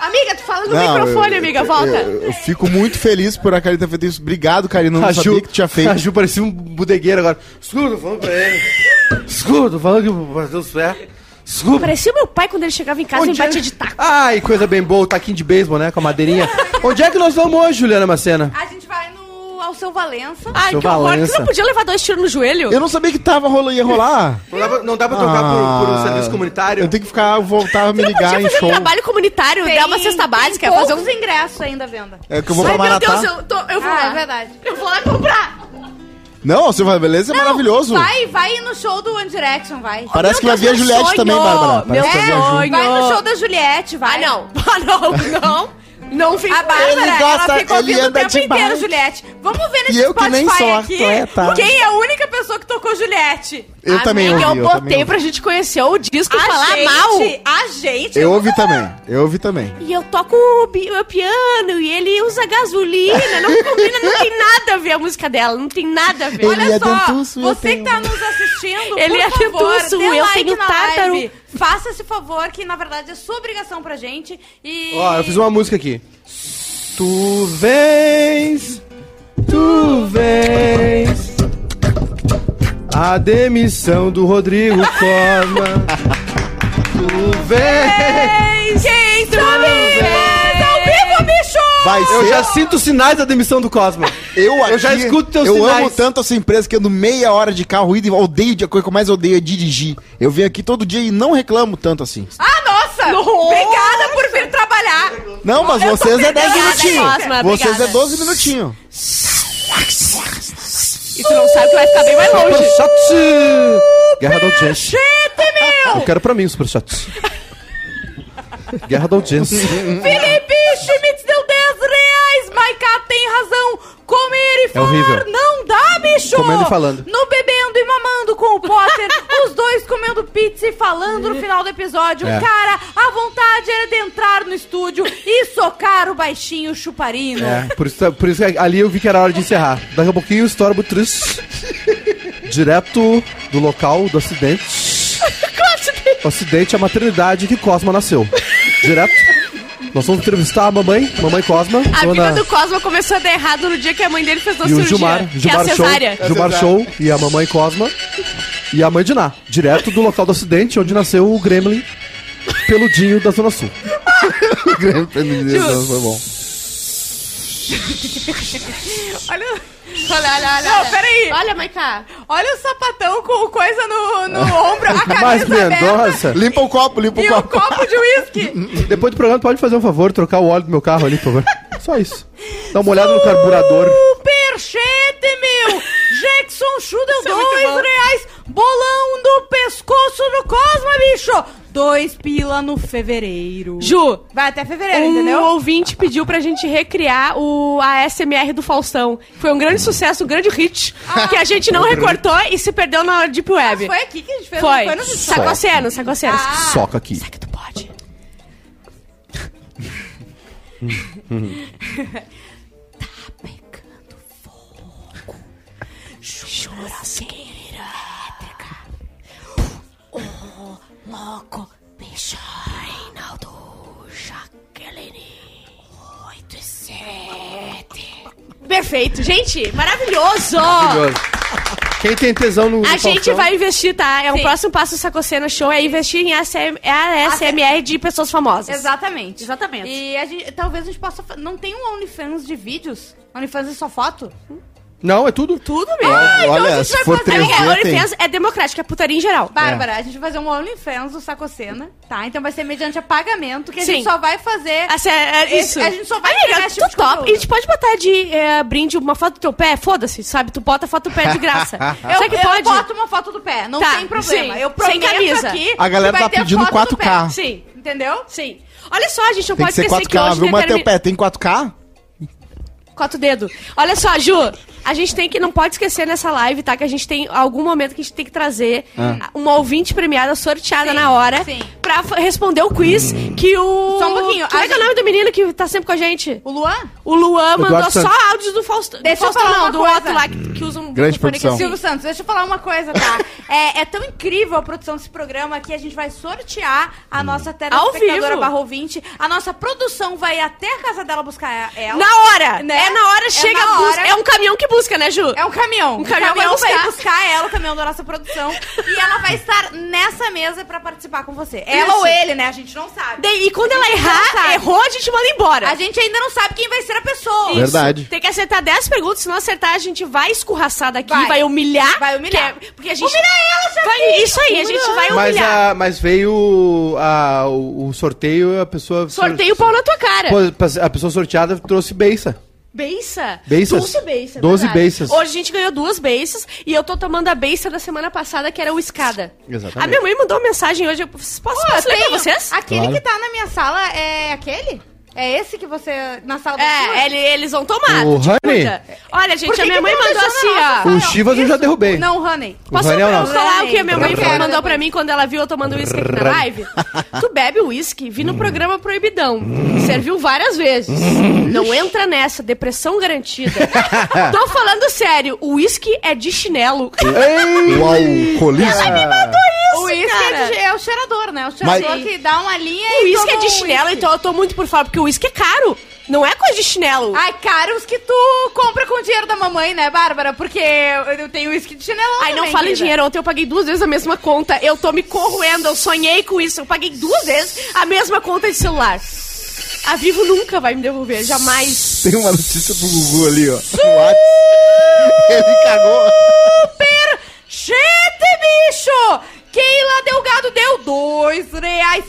Speaker 2: Amiga, tu fala no
Speaker 4: Não,
Speaker 2: microfone,
Speaker 4: eu-
Speaker 2: amiga,
Speaker 4: eu-
Speaker 2: volta.
Speaker 4: Eu, eu fico muito feliz por a Karina ter feito isso. Obrigado, Karina. Eu Não
Speaker 1: A
Speaker 4: sabia
Speaker 1: Ju,
Speaker 4: que tinha feito.
Speaker 1: a Ju parecia um bodegueiro agora. Desculpa, tô falando pra ele. Desculpa, tô falando que eu vou fazer os pés. Desculpa.
Speaker 2: Parecia meu pai quando ele chegava em casa e me
Speaker 4: é?
Speaker 2: batia um de taco.
Speaker 1: é Ai, coisa bem boa, o taquinho de beisebol, né? Com a madeirinha. Onde é que nós vamos hoje, Juliana Macena?
Speaker 3: A gente vai no Alceu Valença.
Speaker 2: Ai,
Speaker 1: Seu
Speaker 2: que horror. Tu
Speaker 1: Valença.
Speaker 2: não podia levar dois tiros no joelho?
Speaker 4: Eu não sabia que tava rola, ia rolar.
Speaker 1: Não dá pra, não dá pra
Speaker 4: Ah,
Speaker 1: trocar por, por um serviço comunitário?
Speaker 4: Eu tenho que ficar, voltar a me
Speaker 2: Tu não
Speaker 4: ligar
Speaker 2: podia
Speaker 4: em
Speaker 2: fazer
Speaker 4: show.
Speaker 2: um trabalho comunitário,
Speaker 3: Tem-
Speaker 2: dar uma cesta básica,
Speaker 3: tem
Speaker 2: fazer um...
Speaker 3: poucos ingressos ainda à venda.
Speaker 4: É que eu vou
Speaker 2: Ai,
Speaker 4: pra
Speaker 2: meu
Speaker 4: Maratá.
Speaker 2: Deus, eu, tô, eu vou
Speaker 3: Ah,
Speaker 2: lá.
Speaker 3: é verdade.
Speaker 2: Eu vou lá comprar.
Speaker 4: Não, seu vai beleza é maravilhoso.
Speaker 3: Vai, vai no show do One Direction, vai.
Speaker 4: Parece
Speaker 2: Meu
Speaker 4: que vai
Speaker 2: Deus,
Speaker 4: vir a
Speaker 2: meu
Speaker 4: Juliette
Speaker 2: sonho!
Speaker 4: também, Bárbara.
Speaker 2: Meu
Speaker 4: Parece que vai vir a Ju.
Speaker 2: sonho!
Speaker 3: Vai no show da Juliette,
Speaker 2: Ah,
Speaker 3: vai.
Speaker 2: não. Ah, não, não. Não fica...
Speaker 3: A Bárbara,
Speaker 4: Ele
Speaker 3: ela
Speaker 4: gosta,
Speaker 3: ficou
Speaker 4: ele
Speaker 3: ouvindo o
Speaker 4: anda
Speaker 3: tempo
Speaker 4: demais.
Speaker 3: inteiro, Juliette. Vamos ver nesse
Speaker 4: E eu que
Speaker 3: Spotify
Speaker 4: nem sou
Speaker 3: aqui
Speaker 4: atleta.
Speaker 3: quem é a única pessoa que tocou Juliette.
Speaker 4: Eu também ouvi.
Speaker 2: Amiga, eu
Speaker 4: também
Speaker 2: botei
Speaker 4: ouvi.
Speaker 2: pra gente conhecer o disco e falar
Speaker 3: gente,
Speaker 2: mal.
Speaker 3: A gente.
Speaker 4: Eu ouvi também, eu ouvi também.
Speaker 2: E eu toco o bi- o piano e ele usa gasolina. Não combina, não tem nada a ver a música dela. Não tem nada a ver.
Speaker 4: Ele
Speaker 3: Olha
Speaker 4: é
Speaker 3: só,
Speaker 4: dentuço, eu
Speaker 3: você que tá nos assistindo,
Speaker 2: Ele
Speaker 3: por
Speaker 2: é
Speaker 3: favor,
Speaker 2: dentuço,
Speaker 3: dê
Speaker 2: eu
Speaker 3: like
Speaker 2: tenho
Speaker 3: na
Speaker 2: tártaro.
Speaker 3: live. Faça esse favor, que na verdade é sua obrigação pra gente. E...
Speaker 1: Ó, eu fiz uma música aqui. Tu vens, tu vens. A demissão do Rodrigo Cosma. Tu vens.
Speaker 3: Quem sabe mais ao vivo, bicho!
Speaker 4: Vai ser.
Speaker 1: Eu já sinto sinais da demissão do Cosma.
Speaker 4: eu, aqui,
Speaker 1: já escuto teus
Speaker 4: Eu
Speaker 1: sinais.
Speaker 4: amo tanto essa empresa que ando meia hora de carro indo e odeio, de- a coisa que eu mais odeio é dirigir. Eu venho aqui todo dia e não reclamo tanto assim.
Speaker 3: Ah, nossa! Obrigada por vir trabalhar.
Speaker 4: Não, mas
Speaker 3: Eu tô
Speaker 4: vocês é 10
Speaker 2: obrigada,
Speaker 4: minutinhos.
Speaker 2: Cosma,
Speaker 4: Vocês é
Speaker 2: obrigada.
Speaker 4: 12 minutinhos.
Speaker 2: E tu não sabe que vai ficar bem mais longe.
Speaker 1: Superchat! Guerra da audiência. Eu quero pra mim o Superchat. Guerra da audiência.
Speaker 3: Felipe Schmitz deu 10 reais. Maiká tem razão. Comer e falar
Speaker 1: É horrível.
Speaker 3: não dá, bicho.
Speaker 1: Comendo e falando.
Speaker 3: No bebendo e mamando com
Speaker 1: *laughs*
Speaker 3: o Potter. os dois comendo pizza e falando no final do episódio.
Speaker 1: É.
Speaker 3: Cara, a vontade era de entrar no estúdio e socar o baixinho chuparino.
Speaker 1: É, por isso, por isso que ali eu vi que era hora de encerrar. Daqui a pouquinho, história Butriz. Direto do local do
Speaker 2: *laughs*
Speaker 1: acidente. O acidente é a maternidade que Cosma nasceu. Direto. Nós vamos entrevistar a mamãe, mamãe Cosma.
Speaker 2: A
Speaker 1: dona-
Speaker 2: vida do Cosma começou a dar errado no dia que a mãe dele fez uma
Speaker 1: e o
Speaker 2: cirurgia.
Speaker 1: Gilmar,
Speaker 2: que é a
Speaker 1: Gilmar Show,
Speaker 2: cesárea.
Speaker 1: Gilmar
Speaker 4: cesárea.
Speaker 1: Show e a mamãe Cosma e a mãe de Ná, direto do local do acidente onde nasceu o Gremlin peludinho da Zona Sul.
Speaker 4: Foi bom.
Speaker 3: Olha,
Speaker 2: Olha, olha, olha.
Speaker 3: Não,
Speaker 2: olha.
Speaker 3: peraí.
Speaker 2: Olha, Maiká.
Speaker 3: olha o sapatão com coisa no, no
Speaker 1: *laughs*
Speaker 3: ombro, a
Speaker 1: Mas
Speaker 3: camisa aberta
Speaker 1: Mendonça,
Speaker 4: Limpa o copo, limpa o
Speaker 3: e o
Speaker 4: copo.
Speaker 3: copo de uísque.
Speaker 1: *laughs* depois do programa, tu pode fazer um favor, trocar o óleo do meu carro ali, por favor. Só isso. Dá uma olhada Tá no carburador.
Speaker 3: Superchete, meu! Jackson Chu deu
Speaker 2: Isso é muito bom.
Speaker 3: dois reais. Bolão do pescoço do Cosma, bicho! Dois pila no fevereiro.
Speaker 2: Ju,
Speaker 3: Vai até fevereiro,
Speaker 2: Um
Speaker 3: entendeu?
Speaker 2: ouvinte pediu pra gente recriar o ASMR do Faustão. Foi um grande sucesso, um grande hit, que a gente não recortou e se perdeu na Deep Web.
Speaker 3: Ah. Foi aqui que a gente fez. não
Speaker 2: Foi.
Speaker 3: no
Speaker 2: Sacoceno, sacoceno.
Speaker 3: Ah.
Speaker 1: Soca aqui.
Speaker 2: Será que tu pode?
Speaker 3: tá pegando fogo. Churrasqueira elétrica. O louco bicho. Reinaldo Jaqueline. Oito e sete.
Speaker 2: Perfeito, gente, maravilhoso!
Speaker 1: Maravilhoso. Quem tem tesão no.
Speaker 2: A
Speaker 1: no
Speaker 2: gente
Speaker 1: Faustão-
Speaker 2: vai investir, tá? É o
Speaker 3: Sim.
Speaker 2: próximo passo do Sacocena Show é investir em ASM, é a ASMR de pessoas famosas.
Speaker 3: Exatamente.
Speaker 2: Exatamente.
Speaker 3: E a gente, talvez a gente possa. fa- Não tem um OnlyFans de vídeos? OnlyFans é só foto?
Speaker 1: Não, é tudo.
Speaker 3: Tudo mesmo.
Speaker 4: Ah, Olha, se for
Speaker 2: É,
Speaker 4: 3D,
Speaker 2: é,
Speaker 4: tem.
Speaker 2: OnlyFans é democrática, é putaria em geral.
Speaker 3: Bárbara, a gente vai fazer um OnlyFans do Sacocena, tá? Então vai ser mediante a pagamento, que a
Speaker 2: Sim.
Speaker 3: gente só vai fazer.
Speaker 2: Assim, é- é isso.
Speaker 3: A gente só vai
Speaker 2: Amiga,
Speaker 3: pegar esse tipo
Speaker 2: tu
Speaker 3: de
Speaker 2: top.
Speaker 3: conteúdo.
Speaker 2: A gente pode botar de é, brinde uma foto do teu pé? Foda-se, sabe? Tu bota a foto do pé de
Speaker 4: *laughs*
Speaker 2: graça.
Speaker 3: Eu,
Speaker 2: Será que
Speaker 3: eu
Speaker 2: pode?
Speaker 3: boto uma foto do pé, não
Speaker 2: Tá,
Speaker 3: tem problema.
Speaker 2: sim.
Speaker 3: Eu
Speaker 2: Sem
Speaker 3: prometo
Speaker 2: camisa.
Speaker 3: aqui
Speaker 4: A galera
Speaker 3: que vai
Speaker 4: tá
Speaker 3: ter
Speaker 4: pedindo
Speaker 3: foto do
Speaker 4: 4K.
Speaker 3: pé.
Speaker 2: Sim,
Speaker 3: Entendeu?
Speaker 2: sim. Olha só, a gente não
Speaker 4: Tem que
Speaker 2: pode
Speaker 4: ser
Speaker 2: esquecer que
Speaker 4: 4K,
Speaker 2: hoje
Speaker 4: viu, Matheus
Speaker 2: determina...
Speaker 4: Pé? Tem 4K?
Speaker 2: Quatro dedos. Olha só, Ju, a gente tem que, não pode esquecer nessa live, tá? Que a gente tem algum momento que a gente tem que trazer uma ouvinte premiada sorteada
Speaker 3: Sim,
Speaker 2: na hora
Speaker 3: sim.
Speaker 2: pra f- responder o quiz que o.
Speaker 3: Só um pouquinho,
Speaker 2: Como
Speaker 3: a
Speaker 2: é que é o
Speaker 3: gente-
Speaker 2: nome do menino que tá sempre com a gente?
Speaker 3: O Luan?
Speaker 2: O Luan mandou
Speaker 1: Eduardo
Speaker 2: só
Speaker 1: Santos.
Speaker 2: áudios do Faustão.
Speaker 3: Deixa
Speaker 2: do
Speaker 3: eu
Speaker 2: Faustão,
Speaker 3: falar
Speaker 2: não,
Speaker 3: uma
Speaker 2: do
Speaker 3: coisa.
Speaker 2: outro lá que, que usa um
Speaker 4: Grande
Speaker 2: microfone que
Speaker 4: produção.
Speaker 3: Silvio Santos, deixa eu falar uma coisa,
Speaker 2: *laughs*
Speaker 3: tá? é, é tão incrível a produção desse programa que a gente vai sortear a nossa telespectadora
Speaker 2: vivo.
Speaker 3: barra ouvinte. A nossa produção vai até a casa dela buscar ela.
Speaker 2: Na hora!
Speaker 3: Né?
Speaker 2: É na hora,
Speaker 3: É
Speaker 2: chega,
Speaker 3: na
Speaker 2: busca.
Speaker 3: hora.
Speaker 2: É um caminhão que busca, né, Ju?
Speaker 3: É um caminhão.
Speaker 2: Um caminhão
Speaker 3: o caminhão
Speaker 2: vai buscar.
Speaker 3: vai buscar. ela, o caminhão da nossa produção. e ela vai estar nessa mesa pra participar com você. Ela
Speaker 2: Isso.
Speaker 3: ou ele, né? A gente não sabe.
Speaker 2: De- E quando ela
Speaker 3: Não
Speaker 2: errar,
Speaker 3: sabe.
Speaker 2: errou, a gente manda embora.
Speaker 3: A gente ainda não sabe quem vai ser a pessoa.
Speaker 4: Isso. Verdade.
Speaker 2: Tem que acertar 10 perguntas, se não acertar, a gente vai escorraçar daqui, vai,
Speaker 3: Vai.
Speaker 2: humilhar.
Speaker 3: Vai humilhar.
Speaker 2: que é- porque a gente... Humilha ela, vai, Isso aí, a gente vai
Speaker 1: Mas,
Speaker 2: humilhar.
Speaker 1: a- mas veio a- o, o sorteio a pessoa.
Speaker 2: Sorteio o pau na tua cara.
Speaker 1: Pô, A pessoa sorteada trouxe beiça.
Speaker 2: Beiça?
Speaker 1: Beiças.
Speaker 2: 12
Speaker 3: é
Speaker 2: beiças.
Speaker 1: 12
Speaker 2: verdade.
Speaker 1: beiças.
Speaker 2: Hoje a gente ganhou duas beiças e eu tô tomando a beiça da semana passada, que era o escada.
Speaker 1: Exatamente.
Speaker 2: A minha mãe mandou uma mensagem hoje. eu- Posso, posso ler pra vocês?
Speaker 3: Aquele
Speaker 4: Claro.
Speaker 3: que tá na minha sala é aquele? É esse que você. Na sala da sua?
Speaker 2: É, ele- eles vão tomar.
Speaker 1: O
Speaker 2: tu te
Speaker 1: Honey?
Speaker 2: cuida. Olha, gente,
Speaker 3: Por que
Speaker 2: a minha
Speaker 3: que
Speaker 2: mãe
Speaker 3: não
Speaker 2: mandou
Speaker 3: deixou na
Speaker 2: assim, ó.
Speaker 3: nossa
Speaker 1: O
Speaker 3: Não,
Speaker 1: Chivas eu já
Speaker 3: isso-
Speaker 1: derrubei.
Speaker 3: Não, honey.
Speaker 1: O
Speaker 2: Posso
Speaker 1: Honey é o
Speaker 2: pra-
Speaker 1: nosso.
Speaker 2: falar o que a minha mãe
Speaker 3: Eu quero
Speaker 2: mandou pra
Speaker 3: depois.
Speaker 2: mim quando ela viu eu tomando uísque aqui na live? Tu bebe uísque, vi no programa Proibidão. Serviu várias vezes. Não entra nessa, depressão garantida. *laughs* Tô falando sério, o uísque é de chinelo.
Speaker 4: O alcoolismo.
Speaker 3: O uísque
Speaker 2: cara.
Speaker 3: é, de- é o cheirador, né? O cheirador
Speaker 4: Mas-
Speaker 3: que dá uma linha
Speaker 2: O
Speaker 3: e.
Speaker 2: uísque é
Speaker 3: toma
Speaker 2: de
Speaker 3: um
Speaker 2: chinelo,
Speaker 3: uísque.
Speaker 2: então eu tô muito por fora, porque o uísque é caro. Não é coisa de chinelo.
Speaker 3: Ai, cara, os que tu compra com o dinheiro da mamãe, né, Bárbara? Porque eu, eu tenho uísque de chinelão.
Speaker 2: Ai, não
Speaker 3: também,
Speaker 2: fala em
Speaker 3: querida.
Speaker 2: dinheiro. Ontem eu paguei duas vezes a mesma conta. Eu tô me corroendo, eu sonhei com isso. Eu paguei duas vezes a mesma conta de celular. A Vivo nunca vai me devolver, jamais.
Speaker 4: Tem uma notícia pro Gugu ali, ó. No Whats. Ele cagou.
Speaker 3: Gente, bicho! Keila Delgado deu dois reais.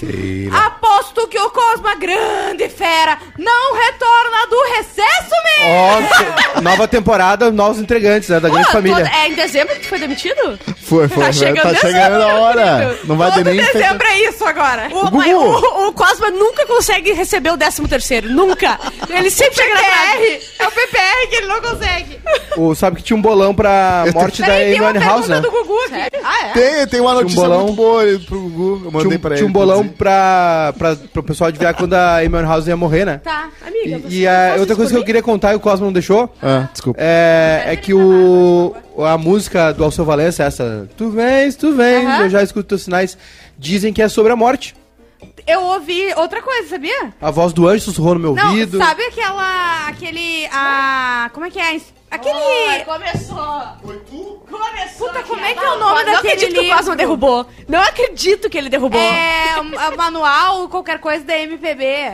Speaker 3: Aposto que o Cosma Grande Fera não retorna do recesso, mesmo.
Speaker 1: Ó, nova temporada, novos entregantes, né? Da grande
Speaker 2: Pô,
Speaker 1: família.
Speaker 2: toda- é em dezembro que foi demitido?
Speaker 4: Foi, foi.
Speaker 2: Tá
Speaker 4: Tá
Speaker 2: chegando
Speaker 4: chegando, tá
Speaker 2: dezembro,
Speaker 4: chegando a hora.
Speaker 2: querido.
Speaker 4: Não vai ter
Speaker 3: Todo
Speaker 4: nem
Speaker 3: dezembro é isso agora.
Speaker 2: O,
Speaker 4: Gugu.
Speaker 2: mas o- o Cosma nunca consegue receber o 13 terceiro, nunca. Ele sempre chega na
Speaker 3: PPR. É o PPR que ele não consegue.
Speaker 1: O, sabe que tinha um bolão pra
Speaker 4: Eu tô-
Speaker 1: morte da
Speaker 3: Peraí, tem uma
Speaker 1: Amy House,
Speaker 3: pergunta
Speaker 1: né?
Speaker 3: do Gugu aqui. Ah, é?
Speaker 4: Tem, tem uma notícia
Speaker 1: um bolão.
Speaker 4: muito boa aí pro Gugu. Eu mandei
Speaker 1: Tinha um,
Speaker 4: pra ele.
Speaker 1: tinha um bolão
Speaker 4: inclusive.
Speaker 1: pra, pra, pro pessoal adivinhar quando a Amy House ia morrer, né?
Speaker 3: Tá.
Speaker 1: E,
Speaker 2: Amiga,
Speaker 1: e a, outra coisa que eu queria contar e o Cosmo não deixou
Speaker 4: Ah, desculpa.
Speaker 1: é, é
Speaker 2: tá
Speaker 1: que o, a música do Alceu Valença, é essa Tu vens, tu vens,
Speaker 3: Aham.
Speaker 1: eu já escuto teus sinais, dizem que é sobre a morte.
Speaker 3: Eu ouvi outra coisa, sabia?
Speaker 1: A voz do anjo sussurrou no meu
Speaker 3: Não,
Speaker 1: ouvido.
Speaker 3: sabe aquela. aquele. A, como é que é? Aquele.
Speaker 2: começou.
Speaker 3: começou! Puta, como é que é o
Speaker 2: Não,
Speaker 3: nome
Speaker 2: não
Speaker 3: daquele
Speaker 2: acredito que o
Speaker 3: livro?
Speaker 2: Cosma derrubou. Não acredito que ele derrubou.
Speaker 3: É. um- a manual ou qualquer coisa da MPB.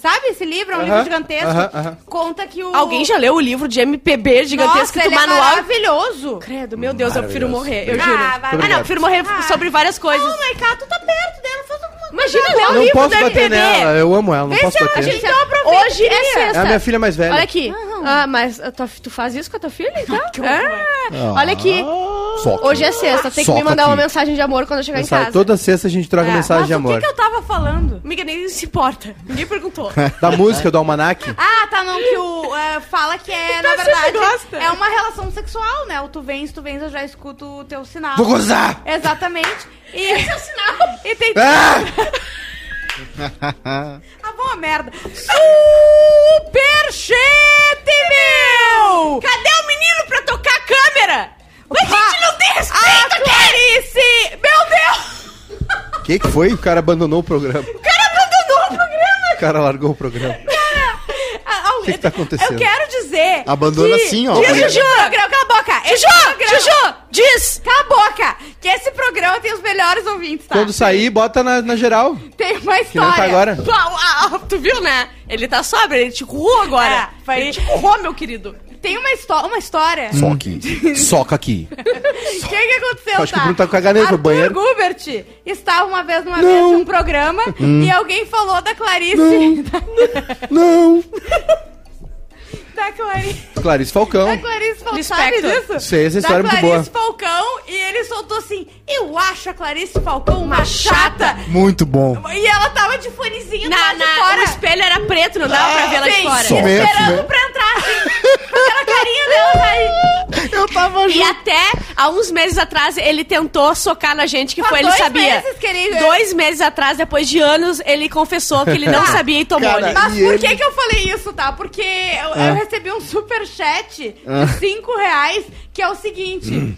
Speaker 3: Sabe esse livro? É um
Speaker 1: Aham,
Speaker 3: livro gigantesco.
Speaker 1: aham, aham.
Speaker 3: Conta que o.
Speaker 2: Alguém já leu o livro de MPB gigantesco
Speaker 3: Nossa,
Speaker 2: do
Speaker 3: ele é
Speaker 2: manual?
Speaker 3: maravilhoso!
Speaker 2: Credo, meu Deus, eu prefiro morrer, eu
Speaker 3: Ah,
Speaker 2: juro.
Speaker 3: vai,
Speaker 2: Ah,
Speaker 3: vai.
Speaker 2: não, eu prefiro morrer
Speaker 3: Ah.
Speaker 2: sobre várias coisas.
Speaker 3: Oh, Maiká, tu tá perto dela, faz alguma coisa.
Speaker 2: Imagina ler é o
Speaker 1: não
Speaker 2: livro
Speaker 1: posso
Speaker 2: do
Speaker 1: bater
Speaker 2: MPB.
Speaker 1: nela, eu amo ela, não
Speaker 3: Vê
Speaker 2: é
Speaker 1: posso
Speaker 3: se ela
Speaker 1: bater.
Speaker 3: gente- Então aproveita,
Speaker 2: Hoje é
Speaker 3: queria.
Speaker 2: sexta.
Speaker 1: É a minha filha mais velha.
Speaker 2: Olha aqui. Ah, mas a tua fi- tu faz isso com a tua filha, então?
Speaker 3: *laughs*
Speaker 2: Ah, Olha aqui.
Speaker 1: Ah,
Speaker 4: Só que-
Speaker 2: Hoje é sexta. Tem que
Speaker 4: Soca
Speaker 2: me mandar
Speaker 4: aqui.
Speaker 2: uma mensagem de amor quando eu chegar
Speaker 1: Mensagem-
Speaker 2: em casa.
Speaker 1: Toda sexta a gente troca
Speaker 2: É.
Speaker 1: mensagem de
Speaker 3: Mas o
Speaker 1: amor.
Speaker 3: que, que eu tava falando?
Speaker 2: Amiga, nem se importa. Ninguém perguntou.
Speaker 1: *laughs* Da música, do
Speaker 2: *laughs*
Speaker 1: almanac.
Speaker 3: Ah, tá, não, que o. é, fala que é,
Speaker 2: Tá,
Speaker 3: na
Speaker 2: sempre
Speaker 3: verdade.
Speaker 2: gosta.
Speaker 3: É uma relação sexual, né? O tu vens, tu vens, eu já escuto o teu sinal.
Speaker 1: Vou gozar!
Speaker 3: Exatamente. E,
Speaker 2: Esse é o sinal.
Speaker 3: e tem.
Speaker 1: Ah!
Speaker 3: A foi uma merda. Superchete, meu!
Speaker 2: Cadê o menino pra tocar a câmera? Mas
Speaker 3: Opa!
Speaker 2: a gente não tem respeito
Speaker 3: A
Speaker 2: aqui!
Speaker 3: Ah, Clarice! Meu Deus!
Speaker 1: O que, que foi? O cara abandonou o programa.
Speaker 3: O cara abandonou o programa!
Speaker 1: O cara largou o programa.
Speaker 3: Ah, ah,
Speaker 1: que que tá acontecendo?
Speaker 3: Eu quero dizer...
Speaker 4: Abandona
Speaker 3: que-
Speaker 4: assim, ó.
Speaker 3: Que o
Speaker 4: Olha.
Speaker 3: Juju... Programa, cala a boca! Esse programa-
Speaker 2: Juju, diz!
Speaker 3: Cala a boca! Que esse programa tem os melhores ouvintes, tá?
Speaker 1: Quando sair, bota na, na geral.
Speaker 3: Tem uma
Speaker 1: não
Speaker 3: história.
Speaker 1: tá agora.
Speaker 2: Tu, ah, ah, tu viu, né? Ele tá sóbrio, ele te currou agora.
Speaker 3: É, foi-
Speaker 2: Ele te currou, meu querido.
Speaker 3: Tem uma, histó uma história.
Speaker 4: Só aqui.
Speaker 2: *laughs*
Speaker 1: Soca aqui.
Speaker 3: *laughs* O que, que aconteceu,
Speaker 1: Acho que o Bruno tá com a caneta no
Speaker 3: Arthur
Speaker 1: banheiro.
Speaker 3: Gubert estava uma vez numa
Speaker 1: Não. Hum.
Speaker 3: mesa de um programa e alguém falou *laughs* da Clarice.
Speaker 1: Não.
Speaker 3: Da Clarice.
Speaker 1: Clarice Falcão.
Speaker 3: Da Clarice Falcão. Sabe
Speaker 2: Lispector.
Speaker 3: disso?
Speaker 1: Sei, essa história é
Speaker 3: da
Speaker 1: muito
Speaker 3: Clarice Falcão e ele soltou assim: Eu acho a Clarice Falcão uma chata.
Speaker 4: Muito bom.
Speaker 3: E ela tava de fonezinho do
Speaker 2: Na,
Speaker 3: lado de
Speaker 2: na,
Speaker 3: fora. Ah,
Speaker 2: o espelho era preto, não dava pra ver lá de
Speaker 3: Sim,
Speaker 2: fora.
Speaker 4: Só.
Speaker 3: esperando
Speaker 4: Mesmo, né?
Speaker 3: pra entrar assim. com Aquela carinha dela aí.
Speaker 4: Eu tava
Speaker 2: E até há uns meses atrás ele tentou socar na gente que
Speaker 3: Há
Speaker 2: foi, ele
Speaker 3: tá dois
Speaker 2: sabia.
Speaker 3: meses que ele-
Speaker 2: Dois meses atrás, depois de anos, ele confessou
Speaker 3: *laughs*
Speaker 2: que ele não sabia e tomou.
Speaker 4: Cara,
Speaker 2: ele.
Speaker 3: Mas
Speaker 4: E
Speaker 3: por
Speaker 4: ele-
Speaker 3: que que eu falei isso, tá? Porque eu,
Speaker 1: Ah.
Speaker 3: eu recebi um superchat
Speaker 4: Ah.
Speaker 3: de 5 reais, que é o seguinte...
Speaker 1: Hum.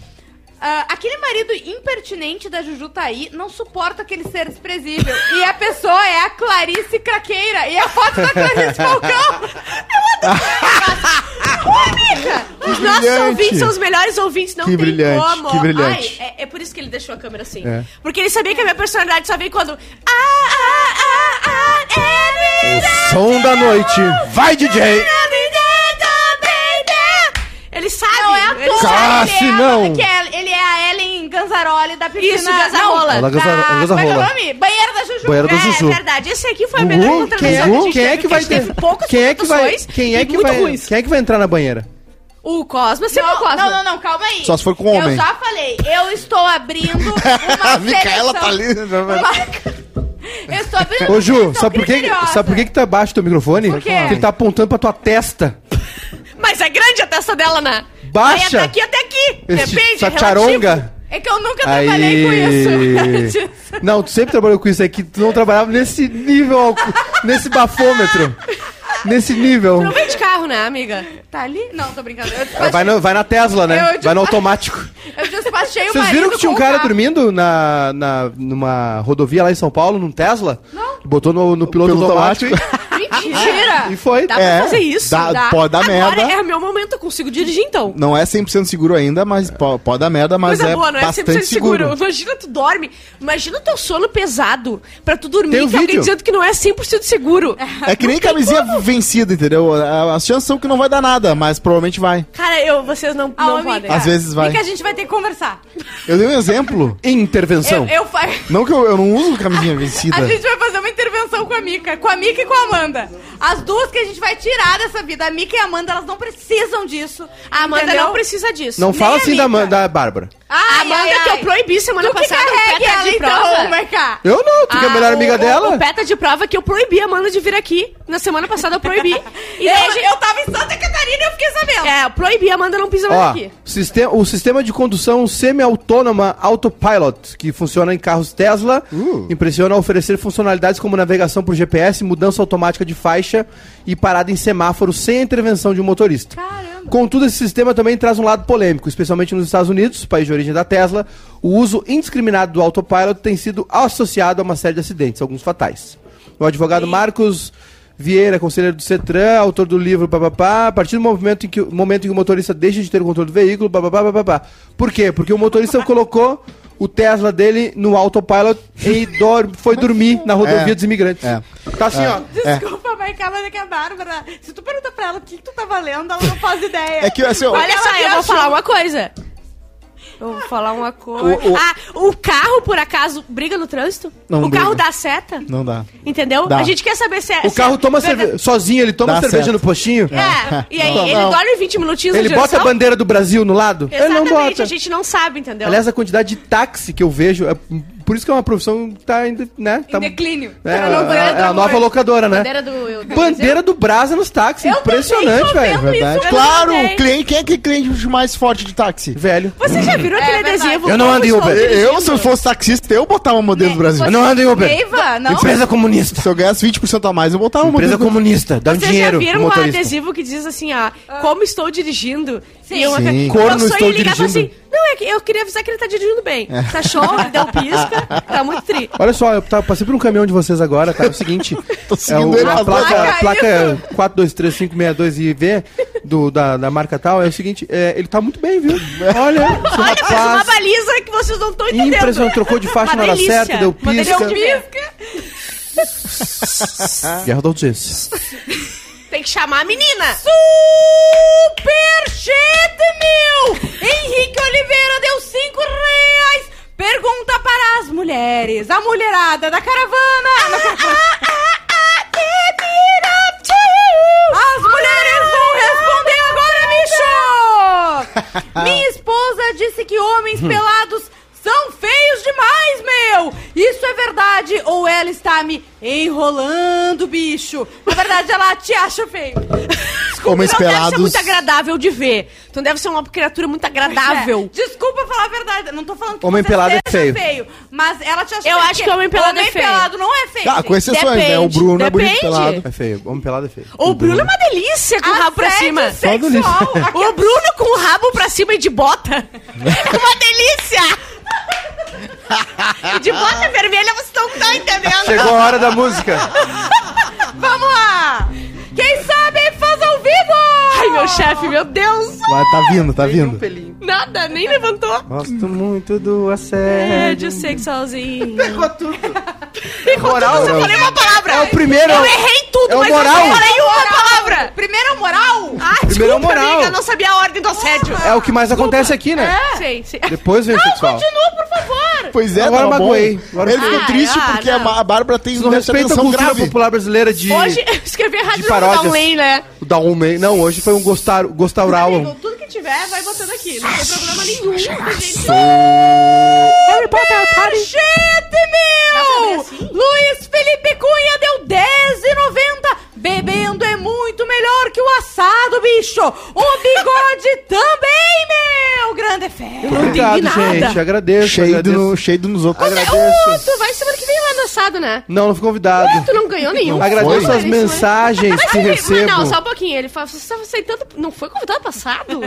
Speaker 3: ah, aquele marido impertinente da Juju Taí não suporta aquele ser desprezível. e a pessoa é a Clarice Craqueira. E a foto
Speaker 1: *laughs*
Speaker 3: da Clarice Falcão. Eu adoro esse negócio. Ô,
Speaker 2: Os
Speaker 4: Que
Speaker 2: nossos
Speaker 4: brilhante.
Speaker 2: ouvintes são os melhores ouvintes, não
Speaker 4: Que
Speaker 2: tem
Speaker 4: brilhante,
Speaker 2: como.
Speaker 4: que brilhante.
Speaker 2: Ai, é, é por isso que ele deixou a câmera assim.
Speaker 1: É.
Speaker 2: Porque ele sabia que a minha personalidade só vem quando. Ah, ah, ah, ah, é verdade.
Speaker 1: Som da noite. Vai, DJ.
Speaker 3: é
Speaker 2: Ele sabe.
Speaker 3: né? Não é à
Speaker 2: ele
Speaker 3: toa.
Speaker 2: sabe.
Speaker 1: Cara, se
Speaker 3: ele, é,
Speaker 1: não.
Speaker 3: que é- ele é a Ellen Ganzaroli da piscina...
Speaker 2: Isso, Gazarola.
Speaker 1: Ela
Speaker 3: Não,
Speaker 1: Ganza- Ganzarola.
Speaker 3: da- Como é que é o nome? Banheiro da Juju.
Speaker 1: Banheiro da
Speaker 2: É,
Speaker 1: Juju.
Speaker 2: É verdade. Esse aqui foi a
Speaker 1: Gugu?
Speaker 2: melhor
Speaker 1: Quem é,
Speaker 2: contratação
Speaker 3: né?
Speaker 2: a gente
Speaker 1: quem é
Speaker 2: teve,
Speaker 1: que vai
Speaker 2: porque a gente
Speaker 1: ter?
Speaker 2: teve poucas
Speaker 1: Quem é que vai?
Speaker 2: contratações
Speaker 1: Quem é
Speaker 2: e
Speaker 1: que
Speaker 2: muito
Speaker 1: vai?
Speaker 2: ruins.
Speaker 1: Quem é que vai entrar na banheira?
Speaker 2: O Cosma sempre o
Speaker 3: Não,
Speaker 2: Cosma.
Speaker 3: não, não, não, calma aí.
Speaker 4: Só se for com homem.
Speaker 3: Eu já falei, eu estou
Speaker 1: *laughs*
Speaker 3: abrindo uma
Speaker 4: *laughs* A
Speaker 3: seleção-
Speaker 4: Micaela tá ali.
Speaker 3: Eu estou abrindo
Speaker 1: Ô,
Speaker 3: uma
Speaker 1: Ju,
Speaker 3: seleção
Speaker 1: sabe por, que,
Speaker 3: criteriosa.
Speaker 1: sabe por que, que tá baixo teu microfone?
Speaker 3: é Por quê?
Speaker 1: Porque ele tá apontando pra tua testa.
Speaker 2: Mas é grande a testa dela, né?
Speaker 1: Baixa.
Speaker 2: Vai daqui até aqui.
Speaker 1: Esse-
Speaker 2: Depende,
Speaker 1: essa
Speaker 2: relativo.
Speaker 1: charonga.
Speaker 3: É que eu nunca trabalhei com isso. *laughs* Disso.
Speaker 1: Não, tu sempre trabalhou com isso aqui. Tu não trabalhava nesse nível, ao- nesse bafômetro. Nesse nível.
Speaker 2: Não vem de carro, né, amiga?
Speaker 3: tá ali? Não, tô brincando. Eu
Speaker 1: Ah,
Speaker 3: despachei,
Speaker 1: Vai, no- vai na Tesla, né?
Speaker 3: Eu-
Speaker 1: Vai no automático.
Speaker 3: eu despachei o
Speaker 1: Vocês
Speaker 3: marido
Speaker 1: viram que tinha um
Speaker 3: com o
Speaker 1: cara
Speaker 3: carro.
Speaker 1: dormindo na, na, numa rodovia lá em São Paulo, num Tesla?
Speaker 3: Não.
Speaker 1: Botou no, no piloto,
Speaker 4: piloto
Speaker 1: automático,
Speaker 3: *laughs* Mentira!
Speaker 1: Ah, e, e foi.
Speaker 2: Dá
Speaker 4: É,
Speaker 2: pra fazer isso?
Speaker 4: dá- pode dar
Speaker 2: Agora
Speaker 4: merda.
Speaker 2: é meu momento, eu consigo dirigir então.
Speaker 4: Não é 100% seguro ainda, mas po- pode dar merda, mas
Speaker 2: Coisa
Speaker 4: é
Speaker 2: boa, não é? Sempre
Speaker 4: bastante seguro.
Speaker 2: Imagina tu dorme. Imagina o teu sono pesado pra tu dormir
Speaker 1: Tem um
Speaker 2: e alguém
Speaker 1: vídeo.
Speaker 2: dizendo que não é 100%
Speaker 3: *laughs*
Speaker 2: seguro.
Speaker 4: É que nem camisinha vencida, entendeu? A- As chances são que não vai dar nada, mas provavelmente vai.
Speaker 2: Cara, eu, vocês não,
Speaker 3: Ah,
Speaker 2: não
Speaker 3: amiga,
Speaker 2: podem.
Speaker 4: Às vezes vai.
Speaker 3: E que a gente vai ter que conversar.
Speaker 4: Eu dei um exemplo.
Speaker 1: *laughs* Intervenção.
Speaker 3: Eu, eu fa- *laughs*
Speaker 4: Não que eu, eu não uso camisinha vencida.
Speaker 3: A gente vai fazer uma intervenção com a Mica, com a Mica e com a Amanda. As duas que a gente vai tirar dessa vida. A Mica e a Amanda, elas não precisam disso.
Speaker 2: A Amanda
Speaker 3: entendeu?
Speaker 2: não precisa disso.
Speaker 1: Não fala
Speaker 3: nem
Speaker 1: assim da,
Speaker 3: amiga.
Speaker 1: Ma- da Bárbara.
Speaker 3: Ai,
Speaker 2: a Amanda
Speaker 3: ai,
Speaker 2: que eu
Speaker 3: ai.
Speaker 2: proibi semana
Speaker 3: Tu que
Speaker 2: passada o
Speaker 3: carregue
Speaker 2: PETA
Speaker 3: ela
Speaker 2: de
Speaker 3: então,
Speaker 2: prova.
Speaker 3: Marca.
Speaker 1: Eu não, tu que é a
Speaker 2: Ah,
Speaker 1: melhor
Speaker 2: o-
Speaker 1: amiga
Speaker 2: o-
Speaker 1: dela.
Speaker 2: O PETA de prova que eu proibi a Amanda de vir aqui. Na semana passada eu
Speaker 3: *laughs*
Speaker 2: proibi. E daí a
Speaker 3: Eu,
Speaker 2: gente-
Speaker 3: eu tava em Santa Catarina e eu fiquei sabendo.
Speaker 2: É, eu proibi a Amanda não pisa mais
Speaker 1: Ó,
Speaker 2: aqui.
Speaker 1: sistema- o sistema de condução semi-autônoma Autopilot, que funciona em carros Tesla,
Speaker 4: Uh.
Speaker 1: impressiona ao oferecer funcionalidades como navegação por GPS, mudança automática de faixa e parada em semáforo sem a intervenção de um motorista.
Speaker 3: Caramba.
Speaker 1: Contudo, esse sistema também traz um lado polêmico, especialmente nos Estados Unidos, país de origem da Tesla. O uso indiscriminado do Autopilot tem sido associado a uma série de acidentes, alguns fatais. O advogado Marcos Vieira, conselheiro do CETRAN, autor do livro papapá, a partir do momento em que, momento em que o motorista deixa de ter o controle do veículo, papapá, papapá. Por quê? Porque o
Speaker 2: *laughs*
Speaker 1: motorista colocou o Tesla dele no autopilot e dor- foi dormir na rodovia
Speaker 4: É.
Speaker 1: dos imigrantes.
Speaker 4: É.
Speaker 1: Tá assim,
Speaker 4: É.
Speaker 1: ó.
Speaker 3: Desculpa, Marca, mas é que a Bárbara. Se tu perguntar pra ela o que, que tu tá valendo, ela não faz ideia.
Speaker 4: É que assim, ó,
Speaker 2: Olha
Speaker 3: Ela
Speaker 2: só,
Speaker 3: me
Speaker 2: eu vou
Speaker 3: achou.
Speaker 2: falar uma coisa. Eu vou falar uma coisa.
Speaker 4: O- o-
Speaker 2: Ah, o carro, por acaso, briga no trânsito?
Speaker 4: Não
Speaker 2: o carro
Speaker 4: briga.
Speaker 2: dá seta?
Speaker 4: não dá.
Speaker 2: Entendeu?
Speaker 4: Dá.
Speaker 2: A gente quer saber se é.
Speaker 1: O
Speaker 2: se
Speaker 1: carro
Speaker 2: é
Speaker 1: toma
Speaker 2: verdade-
Speaker 1: cerveja. Sozinho, ele toma
Speaker 4: Dá
Speaker 1: cerveja
Speaker 4: certo.
Speaker 1: no postinho.
Speaker 2: É, e aí
Speaker 4: Não,
Speaker 2: ele
Speaker 4: não.
Speaker 2: dorme 20 minutinhos
Speaker 1: Ele
Speaker 2: na
Speaker 1: bota a
Speaker 2: direção?
Speaker 1: bandeira do Brasil no lado? Ele não
Speaker 2: Exatamente,
Speaker 1: bota.
Speaker 2: a gente não sabe, entendeu?
Speaker 1: Aliás, a quantidade de táxi que eu vejo é Por isso que é uma profissão que tá ainda, né? Tá,
Speaker 3: Em declínio.
Speaker 1: é,
Speaker 2: Tá no
Speaker 1: é- é a
Speaker 2: Brasa,
Speaker 1: nova
Speaker 2: amor.
Speaker 1: locadora, né?
Speaker 2: Bandeira do... eu-
Speaker 1: Bandeira do Brasa nos táxis.
Speaker 3: Eu
Speaker 1: Impressionante,
Speaker 3: também tô
Speaker 1: velho.
Speaker 3: vendo.
Speaker 4: Verdade.
Speaker 3: isso, eu
Speaker 4: claro,
Speaker 3: não sei.
Speaker 4: cliente, quem é que é cliente mais forte de táxi?
Speaker 1: Velho.
Speaker 2: Você já virou aquele
Speaker 3: É verdade.
Speaker 2: adesivo?
Speaker 1: Eu não
Speaker 2: Como
Speaker 1: ando em
Speaker 2: estou
Speaker 1: Uber.
Speaker 4: Eu,
Speaker 2: dirigindo?
Speaker 4: se eu fosse taxista, eu botava uma
Speaker 2: Né,
Speaker 4: modelo do Brasil.
Speaker 1: Eu não ando em Uber.
Speaker 3: Neiva, não?
Speaker 1: Empresa comunista.
Speaker 4: Se eu ganhasse 20% a mais, eu botava uma
Speaker 1: Empresa
Speaker 4: modelo.
Speaker 1: comunista. Dá um
Speaker 2: Vocês
Speaker 1: dinheiro
Speaker 2: já viram
Speaker 1: pro
Speaker 2: um
Speaker 1: motorista.
Speaker 2: adesivo que diz assim, ó, como estou dirigindo?
Speaker 3: Sim.
Speaker 2: E uma
Speaker 4: Sim.
Speaker 2: pe-
Speaker 1: Corno,
Speaker 2: Meu sonho é
Speaker 1: estou
Speaker 2: ligar e falar
Speaker 1: dirigindo.
Speaker 2: Assim, não, é que eu queria avisar que ele tá dirigindo bem. Tá show, ele deu pisca, tá muito tri.
Speaker 1: Olha só, eu tava- passei por um caminhão de vocês agora, tá? É o *laughs* seguinte.
Speaker 4: Tô seguindo
Speaker 1: é
Speaker 4: ele
Speaker 1: a
Speaker 4: agora.
Speaker 1: placa, a
Speaker 3: Ai,
Speaker 1: placa é 423562IV do, da, da marca tal é o seguinte, é, ele tá muito bem, viu? Olha,
Speaker 2: Olha,
Speaker 1: esse
Speaker 2: parece uma
Speaker 1: rapaz.
Speaker 2: baliza que vocês não estão entendendo.
Speaker 1: Impressionante, trocou de faixa na hora certa, deu
Speaker 2: Uma delícia
Speaker 1: pista.
Speaker 2: de ver.
Speaker 1: Guerra da audiência.
Speaker 2: Tem que chamar a menina.
Speaker 3: Super Chat Mil! Henrique Oliveira deu 5 reais! Pergunta para as mulheres, a mulherada da
Speaker 2: Ah,
Speaker 3: caravana! As mulheres vão responder
Speaker 2: *laughs*
Speaker 3: agora, bicho! Minha esposa disse que homens
Speaker 2: Hum.
Speaker 3: pelados são feios demais, meu! Isso é verdade ou ela está me enrolando, bicho? Na verdade, ela te acha feio.
Speaker 4: Como
Speaker 2: não deve ser
Speaker 4: esperados.
Speaker 2: muito agradável de ver. Tu não deve ser uma criatura muito agradável.
Speaker 3: É, Desculpa falar a verdade. Não tô falando que
Speaker 1: Homem
Speaker 3: você
Speaker 1: pelado é
Speaker 3: seja
Speaker 1: feio.
Speaker 3: Mas ela te acha
Speaker 2: Eu
Speaker 3: feio,
Speaker 2: acho
Speaker 3: porque
Speaker 2: que homem pelado é feio.
Speaker 3: Homem pelado não é feio.
Speaker 4: Ah, com
Speaker 3: gente.
Speaker 4: exceções, né? O Bruno é bonito
Speaker 2: depende.
Speaker 4: pelado.
Speaker 1: É feio, homem pelado é feio.
Speaker 2: O Bruno é uma delícia com o rabo pra
Speaker 3: Assédio
Speaker 2: cima.
Speaker 3: sexual. Aqui
Speaker 2: O Bruno com o rabo pra cima e de bota. É *laughs* uma delícia! E de bota vermelha você não tá entendendo.
Speaker 1: Chegou a hora da música.
Speaker 3: Vamos lá! Quem sabe faz ao vivo!
Speaker 2: Ai, meu chefe, meu Deus!
Speaker 4: Vai, tá vindo, tá vindo.
Speaker 2: Nada, nem levantou.
Speaker 1: Gosto muito do assédio.
Speaker 2: Médio sexualzinho.
Speaker 1: Pegou tudo. Moral,
Speaker 2: Eu falei uma palavra.
Speaker 1: É o primeiro,
Speaker 2: Eu
Speaker 1: é o-
Speaker 2: errei tudo,
Speaker 1: é o
Speaker 2: mas
Speaker 1: moral.
Speaker 2: eu falei uma palavra.
Speaker 3: Primeira moral!
Speaker 2: Ah,
Speaker 1: Primeiro é o
Speaker 2: desculpa,
Speaker 1: moral.
Speaker 2: amiga, eu não sabia a ordem do assédio.
Speaker 1: É o que mais acontece aqui, né?
Speaker 2: Sim, sim.
Speaker 1: Depois vem o sexual.
Speaker 2: Continua, por favor.
Speaker 4: Pois é,
Speaker 1: Agora
Speaker 4: tava bom.
Speaker 1: magoei. Agora-
Speaker 4: Ele ficou
Speaker 2: Ah,
Speaker 4: triste
Speaker 2: ah,
Speaker 4: porque
Speaker 2: não.
Speaker 4: a Bárbara tem
Speaker 1: Vocês não
Speaker 4: déficit
Speaker 1: respeitam a
Speaker 4: atenção
Speaker 1: cultura popular brasileira de...
Speaker 2: Hoje, é eu escrevi errado
Speaker 1: de
Speaker 2: no paródias.
Speaker 1: paródias.
Speaker 2: downlane, né?
Speaker 1: O Dar um meio. Não, hoje foi um gostar, gostaral.
Speaker 3: Amigo, Então, tudo que tiver, vai botando aqui. Não tem problema nenhum, gente. Gente, meu!
Speaker 2: assim?
Speaker 3: Luiz Felipe Cunha deu 10,90. Bebendo é muito melhor que o assado, bicho. O bigode *laughs* também, meu! Grande fé.
Speaker 1: Obrigado,
Speaker 2: indignada.
Speaker 1: gente. Agradeço.
Speaker 4: Cheio,
Speaker 1: agradeço.
Speaker 4: do, cheio do nos outros.
Speaker 2: Uh, tu vai semana que vem lá no assado, né?
Speaker 1: Não, não fui convidado.
Speaker 2: Tu não ganhou nenhum. né?
Speaker 1: agradeço
Speaker 4: foi?
Speaker 1: as mensagens que
Speaker 2: Mas, mas
Speaker 1: recebo.
Speaker 2: não, só um pouquinho. Ele falou, você estava aceitando... Não foi convidado passado?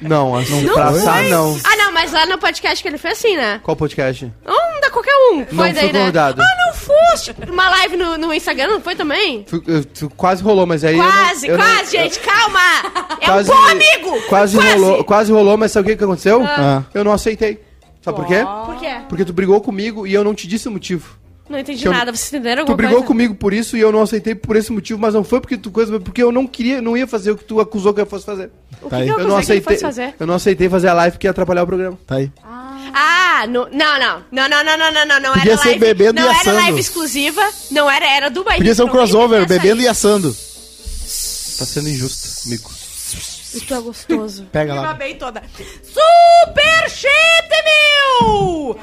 Speaker 1: Não, assim,
Speaker 2: Não
Speaker 1: pra assar,
Speaker 2: foi?
Speaker 1: não.
Speaker 2: Ah, não, mas lá no podcast que ele foi assim, né?
Speaker 1: Qual podcast?
Speaker 2: Um da qualquer um. Foi
Speaker 1: Não
Speaker 2: daí,
Speaker 1: fui
Speaker 2: né?
Speaker 1: convidado.
Speaker 2: Ah, não foste. Uma live no, no Instagram não foi também?
Speaker 1: Fui- eu- tu- quase rolou, mas aí. eu não-
Speaker 2: Quase,
Speaker 1: eu não-
Speaker 2: quase, gente, calma! É
Speaker 1: quase-
Speaker 2: um bom amigo!
Speaker 1: Quase, rolou, quase rolou, mas sabe o que, que aconteceu?
Speaker 4: Ah.
Speaker 1: Eu não aceitei. Sabe por quê?
Speaker 2: Por quê?
Speaker 1: Porque tu brigou comigo e eu não te disse o motivo.
Speaker 2: Não entendi
Speaker 1: Que eu-
Speaker 2: nada, vocês entenderam
Speaker 1: Tu
Speaker 2: alguma
Speaker 1: brigou
Speaker 2: coisa?
Speaker 1: comigo por isso e eu não aceitei por esse motivo, mas não foi porque tu coisa, porque eu não queria, não ia fazer o que tu acusou que eu fosse fazer.
Speaker 2: O
Speaker 4: Tá
Speaker 2: que,
Speaker 4: aí.
Speaker 2: que eu,
Speaker 1: então Eu não
Speaker 2: consegui que
Speaker 1: aceitei.
Speaker 2: fosse fazer?
Speaker 1: Eu não aceitei fazer a live que ia atrapalhar o programa.
Speaker 4: Tá aí.
Speaker 2: Ah, no- não, não. Não, não, não, não, não, não. Não
Speaker 4: Podia
Speaker 2: era
Speaker 4: ser
Speaker 2: live,
Speaker 4: bebendo
Speaker 2: não
Speaker 4: e
Speaker 2: era
Speaker 4: assando.
Speaker 2: live exclusiva. Não era, era do Bahia.
Speaker 4: Podia ser um crossover, bebendo e assando.
Speaker 1: Tá sendo injusto comigo.
Speaker 2: Isso é gostoso.
Speaker 4: Pega
Speaker 3: Me
Speaker 4: lá.
Speaker 3: babei toda. Superchat, meu!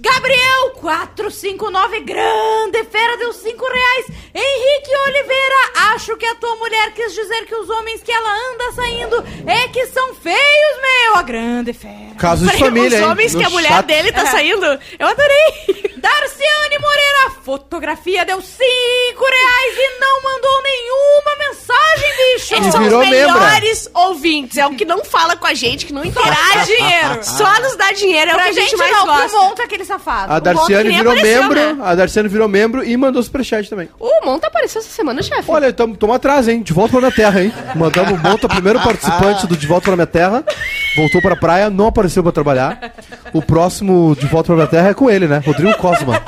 Speaker 3: Gabriel 459 Grande Fera deu 5 reais. Henrique Oliveira, acho que a tua mulher quis dizer que os homens que ela anda saindo é que são feios, meu. A Grande Fera.
Speaker 1: Caso de
Speaker 2: Falei,
Speaker 1: família,
Speaker 2: os
Speaker 1: hein?
Speaker 2: homens que a
Speaker 1: Chato.
Speaker 2: mulher dele tá saindo. Eu adorei.
Speaker 3: Darciane Moreira, fotografia deu 5 reais e não mandou nenhuma mensagem, bicho.
Speaker 2: Eles são
Speaker 1: virou
Speaker 2: os
Speaker 1: membra.
Speaker 2: melhores ouvintes. É o que não fala com a gente, que não
Speaker 3: Dá
Speaker 2: interage.
Speaker 3: dinheiro.
Speaker 2: *laughs* Só nos dá dinheiro, é o que
Speaker 3: Pra
Speaker 2: a gente,
Speaker 3: gente
Speaker 2: mais
Speaker 3: não, pro
Speaker 2: gosta.
Speaker 3: monta aquele safado.
Speaker 1: A
Speaker 2: Dar- Monta que
Speaker 1: Darciane
Speaker 2: nem
Speaker 1: virou
Speaker 2: apareceu,
Speaker 1: membro,
Speaker 2: né?
Speaker 1: a Darciane virou membro e mandou superchat também.
Speaker 2: O Monta apareceu essa semana, chefe.
Speaker 1: Olha, estamos atrás, hein? De volta para minha terra, hein? Mandamos um o Monta, primeiro participante do De Volta para Minha Terra. Voltou para a praia, não apareceu para trabalhar. O próximo De Volta para Minha Terra é com ele, né? Rodrigo Cosma.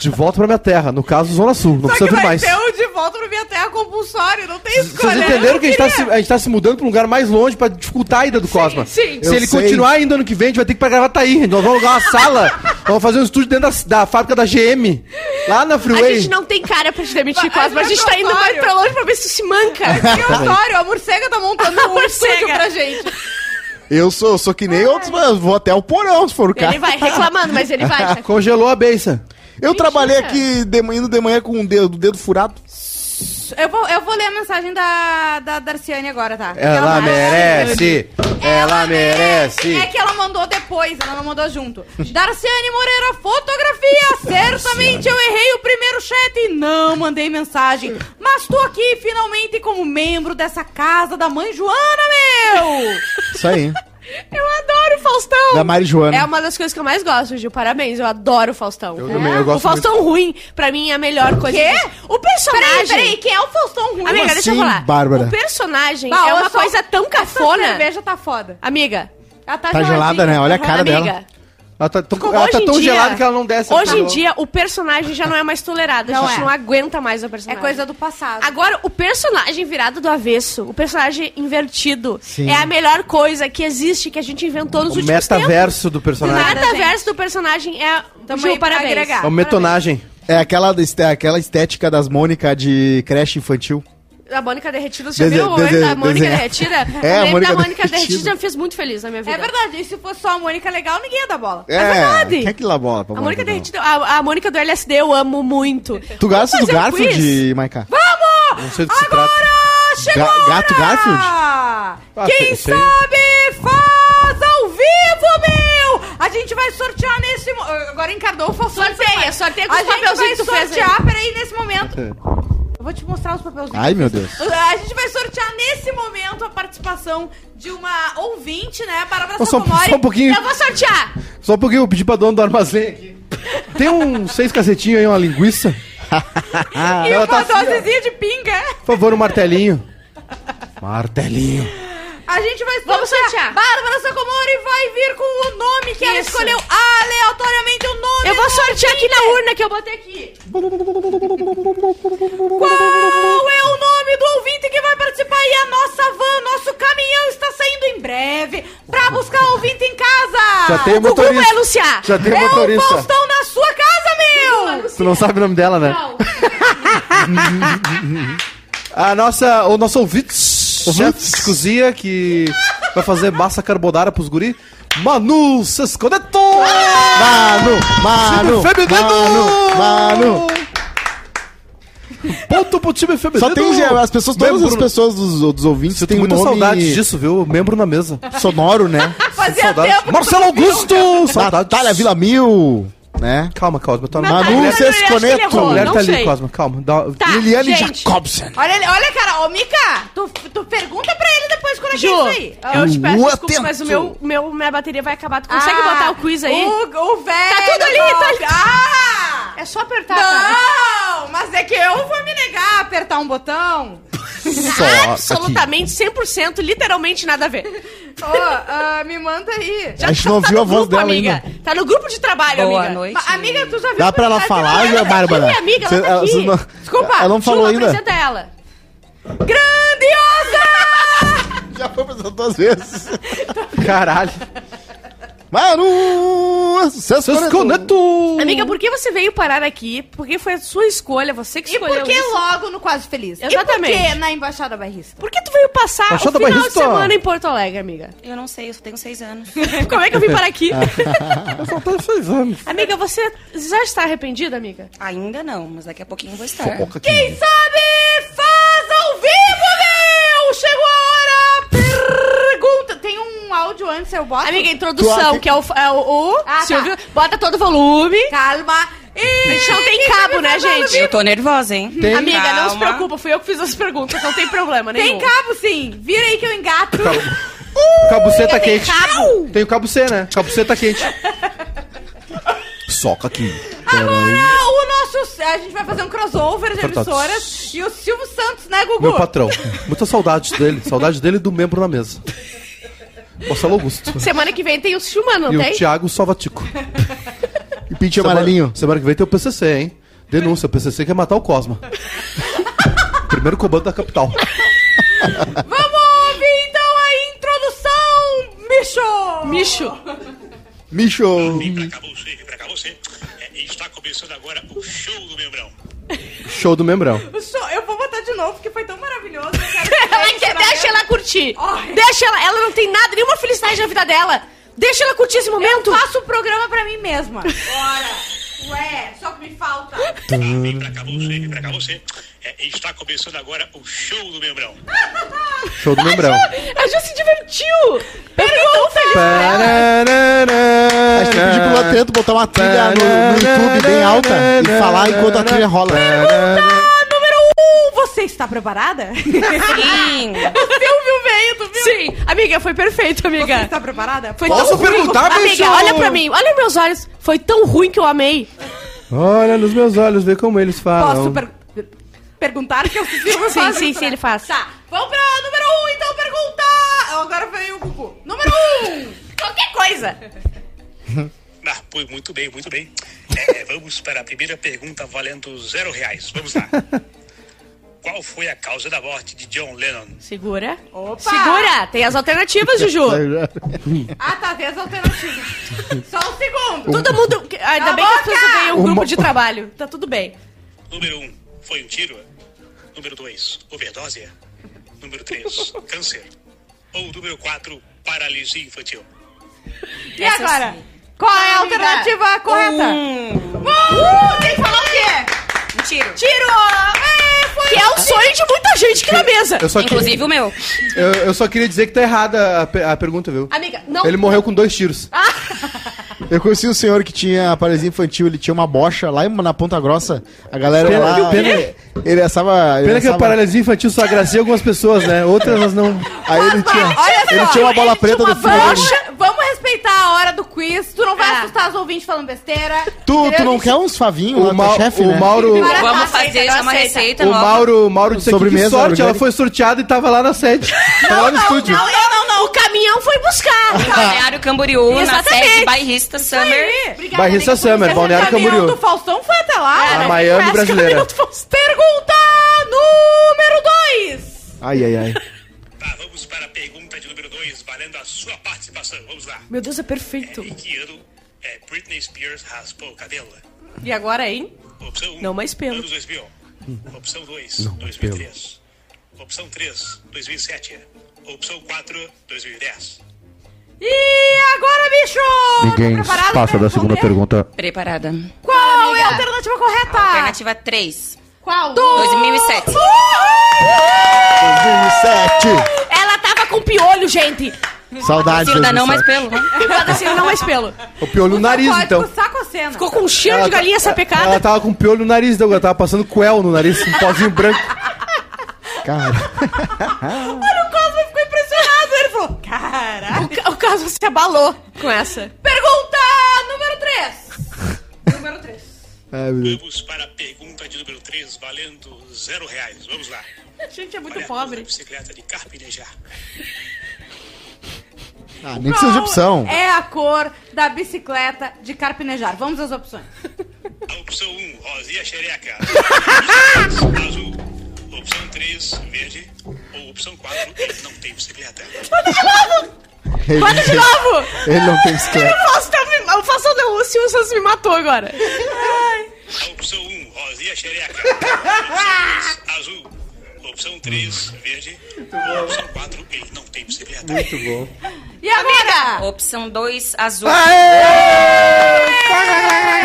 Speaker 1: De Volta para Minha Terra, no caso Zona Sul. Não
Speaker 3: Só
Speaker 1: precisa
Speaker 3: que
Speaker 1: vir
Speaker 3: vai
Speaker 1: mais.
Speaker 3: ter
Speaker 2: um
Speaker 3: o de volta pro Minha Terra compulsório, não tem escolha.
Speaker 1: Vocês
Speaker 3: *laughs*
Speaker 1: entenderam que a gente, tá se, a gente tá se mudando pra um lugar mais longe pra dificultar a ida do Cosma.
Speaker 2: sim.
Speaker 1: Se
Speaker 4: Eu
Speaker 1: ele
Speaker 4: sei.
Speaker 1: continuar ainda ano que vem, a gente vai ter que ir pra Gravataí. Nós vamos alugar uma sala, vamos fazer um estúdio dentro da, da fábrica da GM. Lá na
Speaker 2: A
Speaker 1: Freeway.
Speaker 2: gente não tem cara pra te demitir,
Speaker 3: Mas
Speaker 2: quase, mas a gente tá indo mais pra *laughs* longe pra ver se tu se manca. *laughs*
Speaker 3: Que Osório, a morcega tá montando um
Speaker 2: morcega.
Speaker 3: estúdio pra gente.
Speaker 4: Eu sou, sou que nem outros, mas vou até o porão se for o caso.
Speaker 2: Ele vai reclamando, mas ele vai. Chefe.
Speaker 1: *laughs* Congelou a beça.
Speaker 4: Eu trabalhei
Speaker 2: Mentira.
Speaker 4: aqui de manhã, indo de manhã com o dedo, o dedo furado.
Speaker 3: Eu vou, eu vou ler a mensagem da, da Darciane agora, tá?
Speaker 1: Ela
Speaker 3: vai-
Speaker 1: merece. Ela merece.
Speaker 3: É que ela mandou depois, ela não mandou junto. Darciane Moreira, fotografia! Certamente eu errei o primeiro chat e não mandei mensagem. Mas tô aqui finalmente como membro dessa casa da mãe Joana, meu!
Speaker 4: Isso aí.
Speaker 2: *laughs* Eu adoro o Faustão!
Speaker 4: da Mari Joana.
Speaker 2: É uma das coisas que eu mais gosto, Gil. Parabéns, eu adoro o Faustão.
Speaker 1: né? Eu
Speaker 2: É?
Speaker 1: também, eu gosto
Speaker 2: O Faustão ruim, pra mim, é a melhor coisa.
Speaker 3: Quê?
Speaker 2: que- O personagem.
Speaker 3: Peraí, peraí, quem é o Faustão Ruim?
Speaker 2: Amiga,
Speaker 4: Como
Speaker 2: deixa eu
Speaker 4: assim,
Speaker 2: falar.
Speaker 4: Bárbara?
Speaker 2: O personagem
Speaker 3: Bah,
Speaker 2: é
Speaker 3: olha
Speaker 2: uma
Speaker 3: só,
Speaker 2: coisa tão
Speaker 3: Essa
Speaker 2: cafona.
Speaker 3: cerveja tá foda.
Speaker 2: Amiga.
Speaker 3: Ela
Speaker 4: Tá gelada, né? Olha a cara
Speaker 2: amiga.
Speaker 4: dela.
Speaker 1: Ela tá, tão-
Speaker 2: como
Speaker 1: ela
Speaker 2: hoje
Speaker 1: tá
Speaker 2: em
Speaker 1: tão
Speaker 2: dia-
Speaker 1: gelada que ela não desce. assim,
Speaker 2: Hoje em
Speaker 1: não.
Speaker 2: dia, o personagem já não é mais tolerado.
Speaker 3: Não
Speaker 2: a gente
Speaker 3: é.
Speaker 2: não aguenta mais o
Speaker 3: É
Speaker 2: personagem.
Speaker 3: coisa do passado.
Speaker 2: Agora, o personagem virado do avesso, o personagem invertido,
Speaker 4: Sim.
Speaker 2: é a melhor coisa que existe, que a gente inventou nos
Speaker 1: O
Speaker 2: últimos tempos.
Speaker 1: metaverso do
Speaker 2: O
Speaker 1: personagem.
Speaker 3: Nada,
Speaker 2: metaverso do personagem é...
Speaker 3: Tamo aí
Speaker 2: Gil,
Speaker 3: pra
Speaker 2: parabéns.
Speaker 3: agregar.
Speaker 1: É o metonagem.
Speaker 4: É aquela, da este- aquela estética das Mônica de creche infantil.
Speaker 2: A Mônica Derretida, você já
Speaker 4: Dese-
Speaker 2: viu o momento
Speaker 4: dese-
Speaker 2: da Mônica
Speaker 4: desenhar.
Speaker 2: Derretida?
Speaker 4: *laughs* É, a
Speaker 2: o momento da
Speaker 4: Mônica
Speaker 2: Mônica Derretida
Speaker 4: Derretida
Speaker 2: me fez muito feliz na minha vida.
Speaker 3: É verdade, e se fosse só a Mônica legal, ninguém ia dar bola.
Speaker 4: É,
Speaker 2: verdade.
Speaker 4: Quem é que lá bola pra
Speaker 2: A Mônica
Speaker 4: não?
Speaker 2: Derretida, a, a Mônica do LSD eu amo muito.
Speaker 4: Tu gosta do
Speaker 2: fazer um
Speaker 4: Garfield, Maiká?
Speaker 1: Não sei do que se trata.
Speaker 3: Ah, chegou
Speaker 4: Ga-
Speaker 3: a hora!
Speaker 4: Gato Garfield?
Speaker 3: Quem
Speaker 1: sei.
Speaker 3: sabe faz ao vivo, meu! A gente vai sortear nesse... mo- Agora encardou o Faustão.
Speaker 2: Sorteia,
Speaker 3: Mas-
Speaker 2: sorteia com
Speaker 3: A
Speaker 2: os papelzinhos
Speaker 3: gente
Speaker 2: que
Speaker 3: vai
Speaker 2: tu fez
Speaker 3: sortear, peraí, nesse momento. Eu vou te mostrar os papelzinhos.
Speaker 4: Ai, meu Deus.
Speaker 3: A gente vai sortear nesse momento a participação de uma ouvinte, né? Bárbara
Speaker 1: Ô, só-
Speaker 3: Sacomori.
Speaker 1: só um pouquinho.
Speaker 3: Eu vou sortear.
Speaker 1: É. Só porque eu pedi pra dono do armazém aqui. Tem um seis cacetinhos aí, uma linguiça.
Speaker 3: e
Speaker 1: ela
Speaker 3: uma
Speaker 1: tá assim, ó.
Speaker 3: dosezinha de pinga. é?
Speaker 1: Por favor, um martelinho. Martelinho.
Speaker 3: A gente vai sortear.
Speaker 2: Vamos sortear.
Speaker 3: Bárbara Sacomori vai vir com o nome que ela
Speaker 2: Isso.
Speaker 3: escolheu aleatoriamente o nome.
Speaker 2: Eu vou
Speaker 3: do
Speaker 2: sortear aqui na urna que eu botei aqui.
Speaker 3: Qual é o nome do ouvinte que vai participar? E a nossa van, nosso caminhão está saindo em breve pra buscar o ouvinte em casa.
Speaker 1: Já tem
Speaker 2: o Gugu
Speaker 1: motorista.
Speaker 2: vai anunciar.
Speaker 1: Já tem
Speaker 3: é o
Speaker 1: motorista.
Speaker 3: Faustão na sua casa, meu!
Speaker 1: Tu não sabe o nome dela, né?
Speaker 2: Não.
Speaker 1: *laughs* A nossa, o nosso ouvinte, chefe de cozinha que vai fazer massa carbonara pros guri. Manu Sesconeto!
Speaker 2: um
Speaker 4: Mano, mano,
Speaker 1: Time feminino!
Speaker 4: mano, mano.
Speaker 1: Ponto pro time feminino!
Speaker 4: Só tem ge- as pessoas, todas
Speaker 1: Membro-
Speaker 4: as pessoas dos, dos ouvintes
Speaker 1: Eu
Speaker 4: têm
Speaker 1: tenho
Speaker 4: um
Speaker 1: muita
Speaker 4: nome
Speaker 1: saudade disso, viu? Membro na mesa.
Speaker 4: sonoro, né?
Speaker 3: Fazia
Speaker 1: Saudade.
Speaker 3: tempo que
Speaker 1: Marcelo Augusto! *laughs* Saudade.
Speaker 4: Natália Vila Mil, né?
Speaker 1: Calma, Cosma. Tá
Speaker 4: Manu
Speaker 2: Natália, eu acho que ele
Speaker 4: Sesconeto.
Speaker 1: Tua
Speaker 2: errou,
Speaker 1: mulher
Speaker 2: não
Speaker 1: tá
Speaker 2: sei.
Speaker 1: ali, Cosma. Calma. Dá...
Speaker 2: Tá,
Speaker 4: Liliane
Speaker 2: gente. *laughs*
Speaker 4: Jacobsen.
Speaker 3: Olha, ele- olha, cara, ô Mica, tu, tu pergunta pra ele depois quando é que
Speaker 2: Ju,
Speaker 3: é isso aí.
Speaker 2: eu te peço
Speaker 4: Lua
Speaker 2: desculpa, mas o
Speaker 4: atento.
Speaker 2: meu, meu, minha bateria vai acabar. Tu consegue
Speaker 3: Ah,
Speaker 2: botar o quiz aí?
Speaker 3: O, o velho.
Speaker 2: Tá tudo ali, tá ali.
Speaker 3: Ah!
Speaker 2: É só apertar. cara.
Speaker 3: Não, mas é que eu vou me negar a apertar um botão.
Speaker 4: Só tá
Speaker 2: Absolutamente, 100%, literalmente nada a ver.
Speaker 3: Ô, ah, me manda aí.
Speaker 4: A gente não viu a
Speaker 2: tá no
Speaker 4: voz
Speaker 2: grupo,
Speaker 4: dela
Speaker 2: amiga.
Speaker 4: ainda.
Speaker 2: Tá no grupo de trabalho,
Speaker 5: Boa
Speaker 2: amiga.
Speaker 5: noite.
Speaker 3: Ma- Amiga, tu já viu
Speaker 4: Dá pra ela
Speaker 3: quantidade de
Speaker 4: falar,
Speaker 3: mulher
Speaker 4: já, Bárbara?
Speaker 2: minha amiga, ela
Speaker 4: Cê-
Speaker 2: tá aqui.
Speaker 4: cê não-
Speaker 2: Desculpa,
Speaker 4: Ela não falou
Speaker 2: Ju,
Speaker 4: ainda.
Speaker 2: apresenta ela.
Speaker 3: *laughs* Grandiosa!
Speaker 4: Já foi apresentada duas vezes.
Speaker 1: Caralho.
Speaker 4: Manu Sesconeto.
Speaker 1: Sesconeto!
Speaker 2: Amiga, por que você veio parar aqui? Porque foi a sua escolha, você que
Speaker 3: E
Speaker 2: escolheu
Speaker 3: por que
Speaker 2: isso.
Speaker 3: logo no Quase Feliz?
Speaker 2: Exatamente.
Speaker 3: E por que na Embaixada Barrista?
Speaker 2: Por que tu veio
Speaker 4: Tá
Speaker 2: passar
Speaker 1: Baixada
Speaker 2: o final de
Speaker 1: Barrista.
Speaker 2: semana em Porto Alegre, amiga?
Speaker 5: Eu não sei, eu só tenho seis anos. *laughs*
Speaker 2: Como é que eu vim parar
Speaker 4: *laughs*
Speaker 2: aqui?
Speaker 1: Eu só tenho seis anos.
Speaker 2: amiga, você já está arrependida, amiga?
Speaker 5: Ainda não, mas daqui a pouquinho vou estar.
Speaker 3: Quem sabe faz ao vivo, meu! Chegou a hora! Pergunta! Tem um áudio antes, eu boto?
Speaker 2: Amiga, introdução,
Speaker 4: Tu-
Speaker 2: que é o, é o, o
Speaker 3: Ah, tá.
Speaker 2: Silvio. Bota todo o volume.
Speaker 3: Calma. E...
Speaker 2: A gente não tem
Speaker 3: quem
Speaker 2: cabo,
Speaker 3: sabe
Speaker 2: né,
Speaker 3: faz ao
Speaker 2: gente?
Speaker 3: vivo.
Speaker 5: Eu tô nervosa, hein?
Speaker 2: Amiga, não se
Speaker 5: Calma.
Speaker 2: preocupa, fui eu que fiz as perguntas, não tem problema
Speaker 3: Tem
Speaker 2: nenhum.
Speaker 3: cabo, sim. Vira aí que eu engato.
Speaker 4: Uh,
Speaker 1: Cabuceta
Speaker 2: tem
Speaker 1: quente.
Speaker 2: cabo?
Speaker 1: Tem o cabo C, né? Cabuceta quente. Soca aqui.
Speaker 3: Agora, o nosso... A gente vai fazer um crossover de
Speaker 1: Fantástico.
Speaker 3: emissoras. E o Silvio Santos, né, Gugu?
Speaker 1: Meu patrão. Muita saudade dele. Saudade dele e do membro na mesa. Marcelo Augusto.
Speaker 2: Semana que vem tem o Chumano, não
Speaker 1: e
Speaker 2: tem?
Speaker 1: o Thiago Salvatico.
Speaker 4: E Pintinho Amarelinho.
Speaker 1: Semana, semana que vem tem o PCC, hein? Denúncia, o PCC quer matar o Cosma. Primeiro comando da capital.
Speaker 3: Vamos ouvir, então, a introdução, bicho!
Speaker 2: Micho.
Speaker 4: Micho.
Speaker 6: Vem pra cá você, vem pra cá você. É, está começando agora o show do Membrão.
Speaker 1: Show do membrão.
Speaker 3: Bicho, Eu vou botar de de novo, porque foi tão maravilhoso. Eu quero
Speaker 2: *laughs* Ela
Speaker 3: que
Speaker 2: quer, deixa ela curtir.
Speaker 3: Olha.
Speaker 2: Deixa ela. Ela não tem nada, nenhuma felicidade na vida dela. Deixa ela curtir esse momento.
Speaker 3: Eu faço o programa pra mim mesma. Bora! Ué, só que me falta.
Speaker 6: Vem pra cá você, vem pra cá você. É, está começando agora o show do Membrão.
Speaker 1: Show do membrão.
Speaker 2: A Ju se divertiu. Pergunta.
Speaker 4: A gente tem que pedir pro
Speaker 1: Pergunta
Speaker 4: Latento botar uma trilha no, no YouTube bem alta e falar enquanto a trilha rola.
Speaker 2: um Ah,
Speaker 3: Número 1, um, você está *laughs* preparada?
Speaker 5: Sim.
Speaker 2: Viu, veio, tu viu? Sim. Amiga, foi perfeito,
Speaker 3: Você tá
Speaker 2: amiga.
Speaker 3: está preparada?
Speaker 2: Foi
Speaker 1: Posso
Speaker 2: tão ruim.
Speaker 1: perguntar,
Speaker 2: Amiga,
Speaker 1: bicho?
Speaker 2: olha pra mim. Olha meus olhos. Foi tão ruim que eu amei.
Speaker 1: Olha nos meus olhos, vê como eles falam.
Speaker 3: Posso per- per- perguntar que eu fiz
Speaker 2: *laughs* Sim, sim, sim, ele faz.
Speaker 3: Tá, vamos pra número 1, um, então pergunta! Agora veio o Gugu. Número
Speaker 2: *laughs*
Speaker 3: 1! Um.
Speaker 2: Qualquer coisa.
Speaker 6: Ah, pois muito bem, muito bem. É, é, vamos para a primeira pergunta valendo zero reais. Vamos lá. Qual foi a causa da morte de John Lennon?
Speaker 2: Segura.
Speaker 3: Opa!
Speaker 2: Segura. Tem as alternativas, Juju.
Speaker 3: Ah, tá, tem as alternativas. Só um segundo.
Speaker 2: Todo mundo. Ainda
Speaker 3: Cala a
Speaker 2: bem que as
Speaker 3: boca!
Speaker 2: pessoas têm um grupo
Speaker 1: Uma-
Speaker 2: de trabalho. Tá tudo bem.
Speaker 6: Número 1, um, foi um tiro. Número 2, overdose. Número 3, câncer. Ou número 4, paralisia infantil.
Speaker 3: E
Speaker 5: Essa eu
Speaker 3: agora?
Speaker 5: sei.
Speaker 3: Qual é a alternativa correta?
Speaker 5: Um,
Speaker 3: Uh, tem que falar
Speaker 2: é?
Speaker 3: o quê?
Speaker 5: um tiro.
Speaker 3: Tiro! É, foi
Speaker 2: Que é o sonho de muita gente aqui na mesa.
Speaker 1: Eu só, que-
Speaker 5: Inclusive o meu.
Speaker 1: eu, eu só queria dizer que tá errada a, pe- a pergunta, viu?
Speaker 3: Ah,
Speaker 2: Amiga, não.
Speaker 1: Ele morreu com dois tiros.
Speaker 4: Eu conheci um senhor que tinha paralisia infantil, ele tinha uma bocha lá em- na Ponta Grossa. A galera
Speaker 1: Pena-
Speaker 4: lá.
Speaker 1: pena-
Speaker 4: ele, ele assava. ele
Speaker 1: Pena que a
Speaker 4: assava-
Speaker 1: paralisia infantil só agracia algumas pessoas, né? Outras elas
Speaker 4: *laughs*
Speaker 1: não.
Speaker 4: Aí ele tinha,
Speaker 3: olha
Speaker 4: ele
Speaker 3: só,
Speaker 4: tinha uma bola
Speaker 2: ele
Speaker 4: preta
Speaker 2: tinha
Speaker 4: do
Speaker 2: uma
Speaker 4: filho dele.
Speaker 3: Poxa, vamos respeitar a hora do quiz. Tu não vai
Speaker 2: Ah.
Speaker 3: assustar os ouvintes falando besteira.
Speaker 4: Tu, tu
Speaker 3: entendeu?
Speaker 4: não quer uns favinhos lá,
Speaker 1: O,
Speaker 4: teu
Speaker 1: Mau-
Speaker 4: chefe,
Speaker 1: o
Speaker 4: né?
Speaker 1: Mauro.
Speaker 3: Agora tá,
Speaker 5: Vamos
Speaker 3: aceita,
Speaker 5: fazer
Speaker 3: agora
Speaker 5: uma
Speaker 3: aceita.
Speaker 5: receita
Speaker 1: O
Speaker 5: nova.
Speaker 1: Mauro, o Mauro disse aqui que
Speaker 4: Sobremesa
Speaker 1: sorte, ela
Speaker 4: orgânica.
Speaker 1: foi sorteada e tava lá na sede. tava lá no estúdio.
Speaker 2: Não, não, não, não. O caminhão foi buscar.
Speaker 5: Balneário Camboriú, na
Speaker 2: Exatamente.
Speaker 5: sede bairrista Summer.
Speaker 3: Obrigada,
Speaker 1: Bairrista
Speaker 3: amiga, por
Speaker 1: Summer,
Speaker 3: você.
Speaker 1: Balneário
Speaker 3: O caminhão
Speaker 1: Camboriú.
Speaker 3: do Faustão foi até lá.
Speaker 2: É,
Speaker 1: A
Speaker 3: né?
Speaker 1: Miami
Speaker 3: Parece que o
Speaker 1: brasileira.
Speaker 3: caminhão do Faustão- Pergunta número 2.
Speaker 4: Ai, ai, ai.
Speaker 6: Tá, vamos para a pergunta de número 2, valendo a sua participação. Vamos lá.
Speaker 2: Meu Deus, é perfeito.
Speaker 6: Em que ano é, Britney Spears raspou o cabelo?
Speaker 2: E agora, hein?
Speaker 6: Opção 1,
Speaker 2: Não mais pelo.
Speaker 6: anos 2000. Opção 2, 2003. Opção 3, 2007. Opção 4, 2010.
Speaker 3: E agora, bicho?
Speaker 7: Ninguém
Speaker 3: Tá preparado
Speaker 7: passa
Speaker 3: pra
Speaker 7: da segunda
Speaker 3: responder?
Speaker 7: pergunta.
Speaker 5: Preparada.
Speaker 3: Qual é a alternativa correta?
Speaker 2: Tá.
Speaker 5: Alternativa 3.
Speaker 3: Qual?
Speaker 5: 2007.
Speaker 4: 2007.
Speaker 2: Ela tava com piolho, gente.
Speaker 4: Saudades.
Speaker 5: Ciro dá não
Speaker 4: 2007.
Speaker 5: mais pelo. né?
Speaker 2: Assim, não mais pelo.
Speaker 1: O piolho no nariz, então.
Speaker 3: Sacocena.
Speaker 2: Ficou com um cheiro de
Speaker 1: tá-
Speaker 2: galinha sapecada.
Speaker 1: Ela tava com piolho no nariz, então, ela tava passando coel no nariz, um pozinho branco.
Speaker 4: Cara,
Speaker 3: Olha, o Cosmo ficou impressionado. Ele falou, caralho.
Speaker 2: O, ca- o caso se abalou *laughs* com essa.
Speaker 3: Pergunta número 3. número 3.
Speaker 4: ai, meu Deus.
Speaker 6: Vamos para a pergunta de número 3, valendo zero reais. Vamos lá.
Speaker 2: A gente é muito
Speaker 6: Olha a cor da
Speaker 2: pobre.
Speaker 6: bicicleta de Carpinejar.
Speaker 2: *laughs*
Speaker 4: Ah, nem precisa de opção.
Speaker 3: é a cor da bicicleta de carpinejar? Vamos às opções.
Speaker 6: A opção 1, rosinha xereca.
Speaker 2: *laughs*
Speaker 6: Opção dois, azul. Opção 3, verde. Ou opção 4, ele não tem bicicleta.
Speaker 4: Ele,
Speaker 2: Olha de novo!
Speaker 4: ele não tem bicicleta.
Speaker 2: O Faustão me- O Faustão não, o Silvio Santos me matou agora.
Speaker 6: A Então, opção 1, rosinha xereca. Opção 2, azul. Opção 3, verde. Ou opção 4, ele não tem bicicleta.
Speaker 3: E agora?
Speaker 5: Opção 2, azul.
Speaker 1: Ah.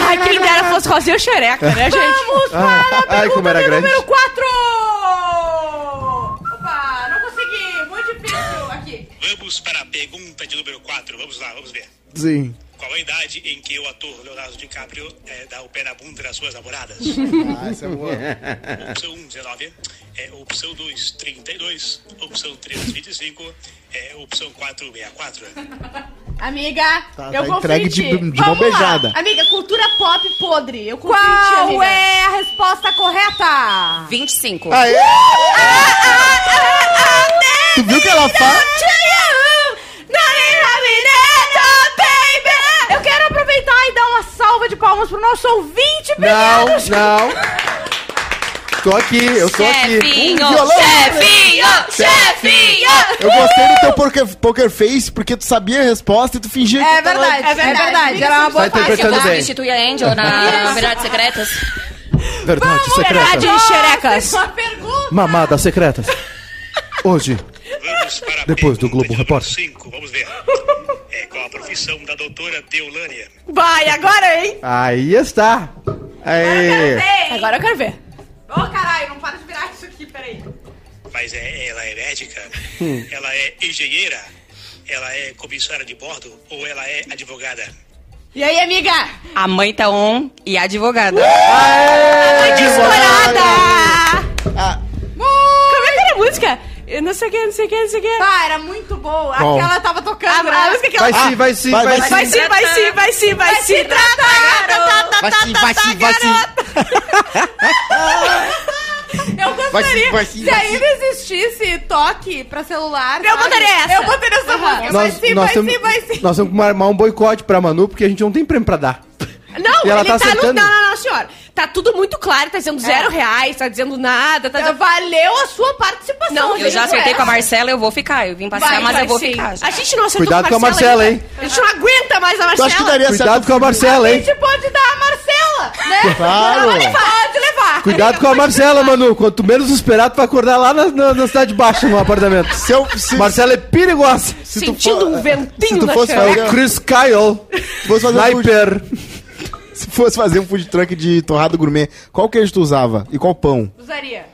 Speaker 2: Ai, quem dera fosse Rosinha Xereca, né, gente?
Speaker 1: Ah, ai, como era grande.
Speaker 3: Número 4. Opa, não consegui. Muito difícil aqui.
Speaker 6: Vamos para a pergunta de número 4. Vamos lá, vamos ver.
Speaker 4: Sim.
Speaker 6: Qual a idade em que o ator Leonardo DiCaprio eh, dá o pé na bunda das suas namoradas?
Speaker 4: Ah, essa é boa.
Speaker 6: Opção 1, 19. É, opção 2, 32. Opção 3, 25. É, opção 4, 64.
Speaker 2: Amiga,
Speaker 4: Tá-
Speaker 2: eu
Speaker 4: tá
Speaker 2: confio
Speaker 4: entregue
Speaker 2: em
Speaker 4: de-
Speaker 2: ti.
Speaker 4: de mão
Speaker 2: Vamos lá.
Speaker 4: beijada.
Speaker 2: Amiga, cultura pop podre. Eu confio em ti,
Speaker 3: Qual
Speaker 2: amiga.
Speaker 3: é a resposta correta?
Speaker 5: 25.
Speaker 4: *laughs* Aê! Tu viu que ela fala?
Speaker 3: Eu quero aproveitar e dar uma salva de palmas pro nosso ouvinte
Speaker 1: Não,
Speaker 3: primeiro.
Speaker 1: não. Tô aqui, eu tô aqui.
Speaker 5: Chefinho,
Speaker 4: Um violão.
Speaker 5: chefinho, chefinho.
Speaker 4: Eu gostei do teu poker, poker face porque tu sabia a resposta e tu fingia que
Speaker 3: É
Speaker 4: tu tava-
Speaker 3: verdade, é verdade. Era uma boa
Speaker 1: Tá
Speaker 5: Que
Speaker 1: interpretando
Speaker 3: parte.
Speaker 5: eu vou
Speaker 1: bem.
Speaker 5: substituir a Angel na Verdades Secretas.
Speaker 1: Verdade, secreta.
Speaker 2: Verdade, xerecas.
Speaker 3: Uma pergunta
Speaker 1: Mamadas secretas. Hoje.
Speaker 6: Vamos para a
Speaker 1: Depois do
Speaker 6: pergunta
Speaker 1: Globo
Speaker 6: de número
Speaker 1: Repórter.
Speaker 6: cinco, vamos ver. É, qual a profissão da doutora Deolânia?
Speaker 2: Vai, agora, hein?
Speaker 1: Aí está. Aí.
Speaker 2: Agora eu quero ver.
Speaker 3: Ô, caralho, não para de virar isso aqui, peraí.
Speaker 6: Mas é, ela é médica? Ela é engenheira? Ela é comissária de bordo? Ou ela é advogada?
Speaker 2: E aí, amiga?
Speaker 5: A mãe tá on e a advogada.
Speaker 2: Descolada!
Speaker 1: Ah.
Speaker 2: Como é que era a música? Eu não sei o que, não sei o que, não sei o que.
Speaker 3: Pá, era muito boa.
Speaker 1: Qual?
Speaker 3: Aquela tava
Speaker 2: A,
Speaker 3: tocando.
Speaker 2: a
Speaker 3: né?
Speaker 2: música que ela...
Speaker 1: Vai sim, vai sim, vai,
Speaker 4: Vai, vai
Speaker 1: sim.
Speaker 2: Vai sim, vai sim, vai sim, vai sim.
Speaker 4: Vai sim, vai sim, vai sim.
Speaker 3: Eu
Speaker 4: Vai
Speaker 3: gostaria.
Speaker 4: sim, vai sim,
Speaker 3: se
Speaker 4: vai
Speaker 3: ainda existisse toque pra celular.
Speaker 2: Eu
Speaker 3: sabe?
Speaker 2: botaria essa.
Speaker 3: Eu botaria essa música. Vai
Speaker 1: Nós,
Speaker 3: sim,
Speaker 1: nós
Speaker 3: vai
Speaker 1: temos,
Speaker 3: sim, vai sim.
Speaker 1: Nós temos que armar um boicote pra Manu, porque a gente não tem prêmio pra dar.
Speaker 2: Não,
Speaker 1: E ela
Speaker 2: ele
Speaker 1: tá
Speaker 2: tá, no...
Speaker 1: acertando? É.
Speaker 2: Não, não, não, senhora. Tá tudo muito claro, tá dizendo zero reais, tá dizendo nada, tá dizendo...
Speaker 3: Valeu a sua participação.
Speaker 2: Não,
Speaker 5: Eu
Speaker 2: Vejo
Speaker 5: já acertei
Speaker 3: é.
Speaker 2: essa.
Speaker 5: com a Marcela, eu vou ficar. Eu vim passear,
Speaker 2: Vai,
Speaker 5: mas
Speaker 2: vai,
Speaker 5: eu vou
Speaker 2: sim.
Speaker 5: ficar.
Speaker 2: A gente não acertou
Speaker 1: Cuidado com a Marcela,
Speaker 2: ainda. A né? gente não aguenta mais a
Speaker 4: Tu
Speaker 2: Marcela.
Speaker 4: acha que daria
Speaker 1: Cuidado
Speaker 4: certo?
Speaker 1: com a Marcela,
Speaker 3: A
Speaker 1: hein?
Speaker 3: gente pode dar a Marcela, né?
Speaker 4: Claro.
Speaker 3: Pode levar, pode levar.
Speaker 1: Cuidado com a Marcela, Manu. Quanto menos esperar, tu vai acordar lá na, na, na cidade baixa, no apartamento.
Speaker 4: Se eu, se,
Speaker 1: Marcela é perigosa.
Speaker 4: se tu
Speaker 2: Sentindo
Speaker 4: for-
Speaker 2: um
Speaker 4: se
Speaker 2: ventinho
Speaker 4: tu
Speaker 2: na
Speaker 4: fosse
Speaker 1: É
Speaker 2: xereca.
Speaker 1: o Chris Kyle.
Speaker 4: fosse fazer um
Speaker 1: Sniper.
Speaker 4: se fosse fazer um food truck de torrada gourmet, qual queijo tu usava e qual pão
Speaker 3: Usaria.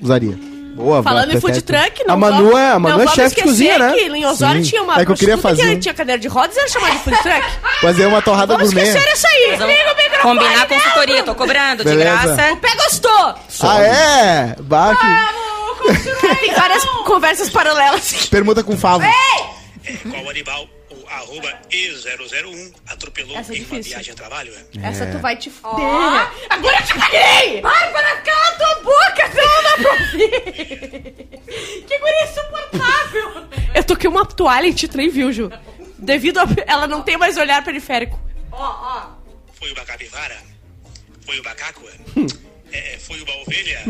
Speaker 4: usaria? Boa,
Speaker 2: Falando em
Speaker 4: vai,
Speaker 2: food
Speaker 4: perfeito.
Speaker 2: truck,
Speaker 1: A Manu
Speaker 2: vamos-
Speaker 1: é- a Manu
Speaker 2: não
Speaker 1: é
Speaker 2: vamos
Speaker 1: chefe de
Speaker 2: esquecer
Speaker 1: cozinha, né?
Speaker 2: que Em Osório
Speaker 4: Sim.
Speaker 2: tinha uma
Speaker 4: É que eu queria
Speaker 2: prostituta
Speaker 4: fazer
Speaker 2: que
Speaker 4: um-
Speaker 2: tinha cadeira de rodas e era chamada de food truck.
Speaker 4: Fazer é uma torrada
Speaker 2: Vamos
Speaker 4: gourmet.
Speaker 2: esquecer isso aí.
Speaker 5: Vamos Então, combinar a consultoria, tô cobrando,
Speaker 4: Beleza.
Speaker 5: de graça.
Speaker 2: Pé gostou.
Speaker 4: Ah, é? Baque.
Speaker 2: Tem várias conversas paralelas.
Speaker 4: Permuta com favo.
Speaker 6: É, qual animal o arroba E001 atropelou
Speaker 2: Essa é
Speaker 6: em uma
Speaker 2: difícil.
Speaker 6: viagem a trabalho? é?
Speaker 2: Essa tu vai te foder.
Speaker 3: Agora eu te paguei! Bárbara, cala tua boca, senão não dá pra ouvir. Que guria insuportável.
Speaker 2: Eu toquei uma toalha em ti, tu nem viu, Ju. Devido a... Ela não tem mais olhar periférico.
Speaker 3: Ó, ó.
Speaker 6: Foi uma capivara? Foi um macaco? é? É, é, foi uma ovelha?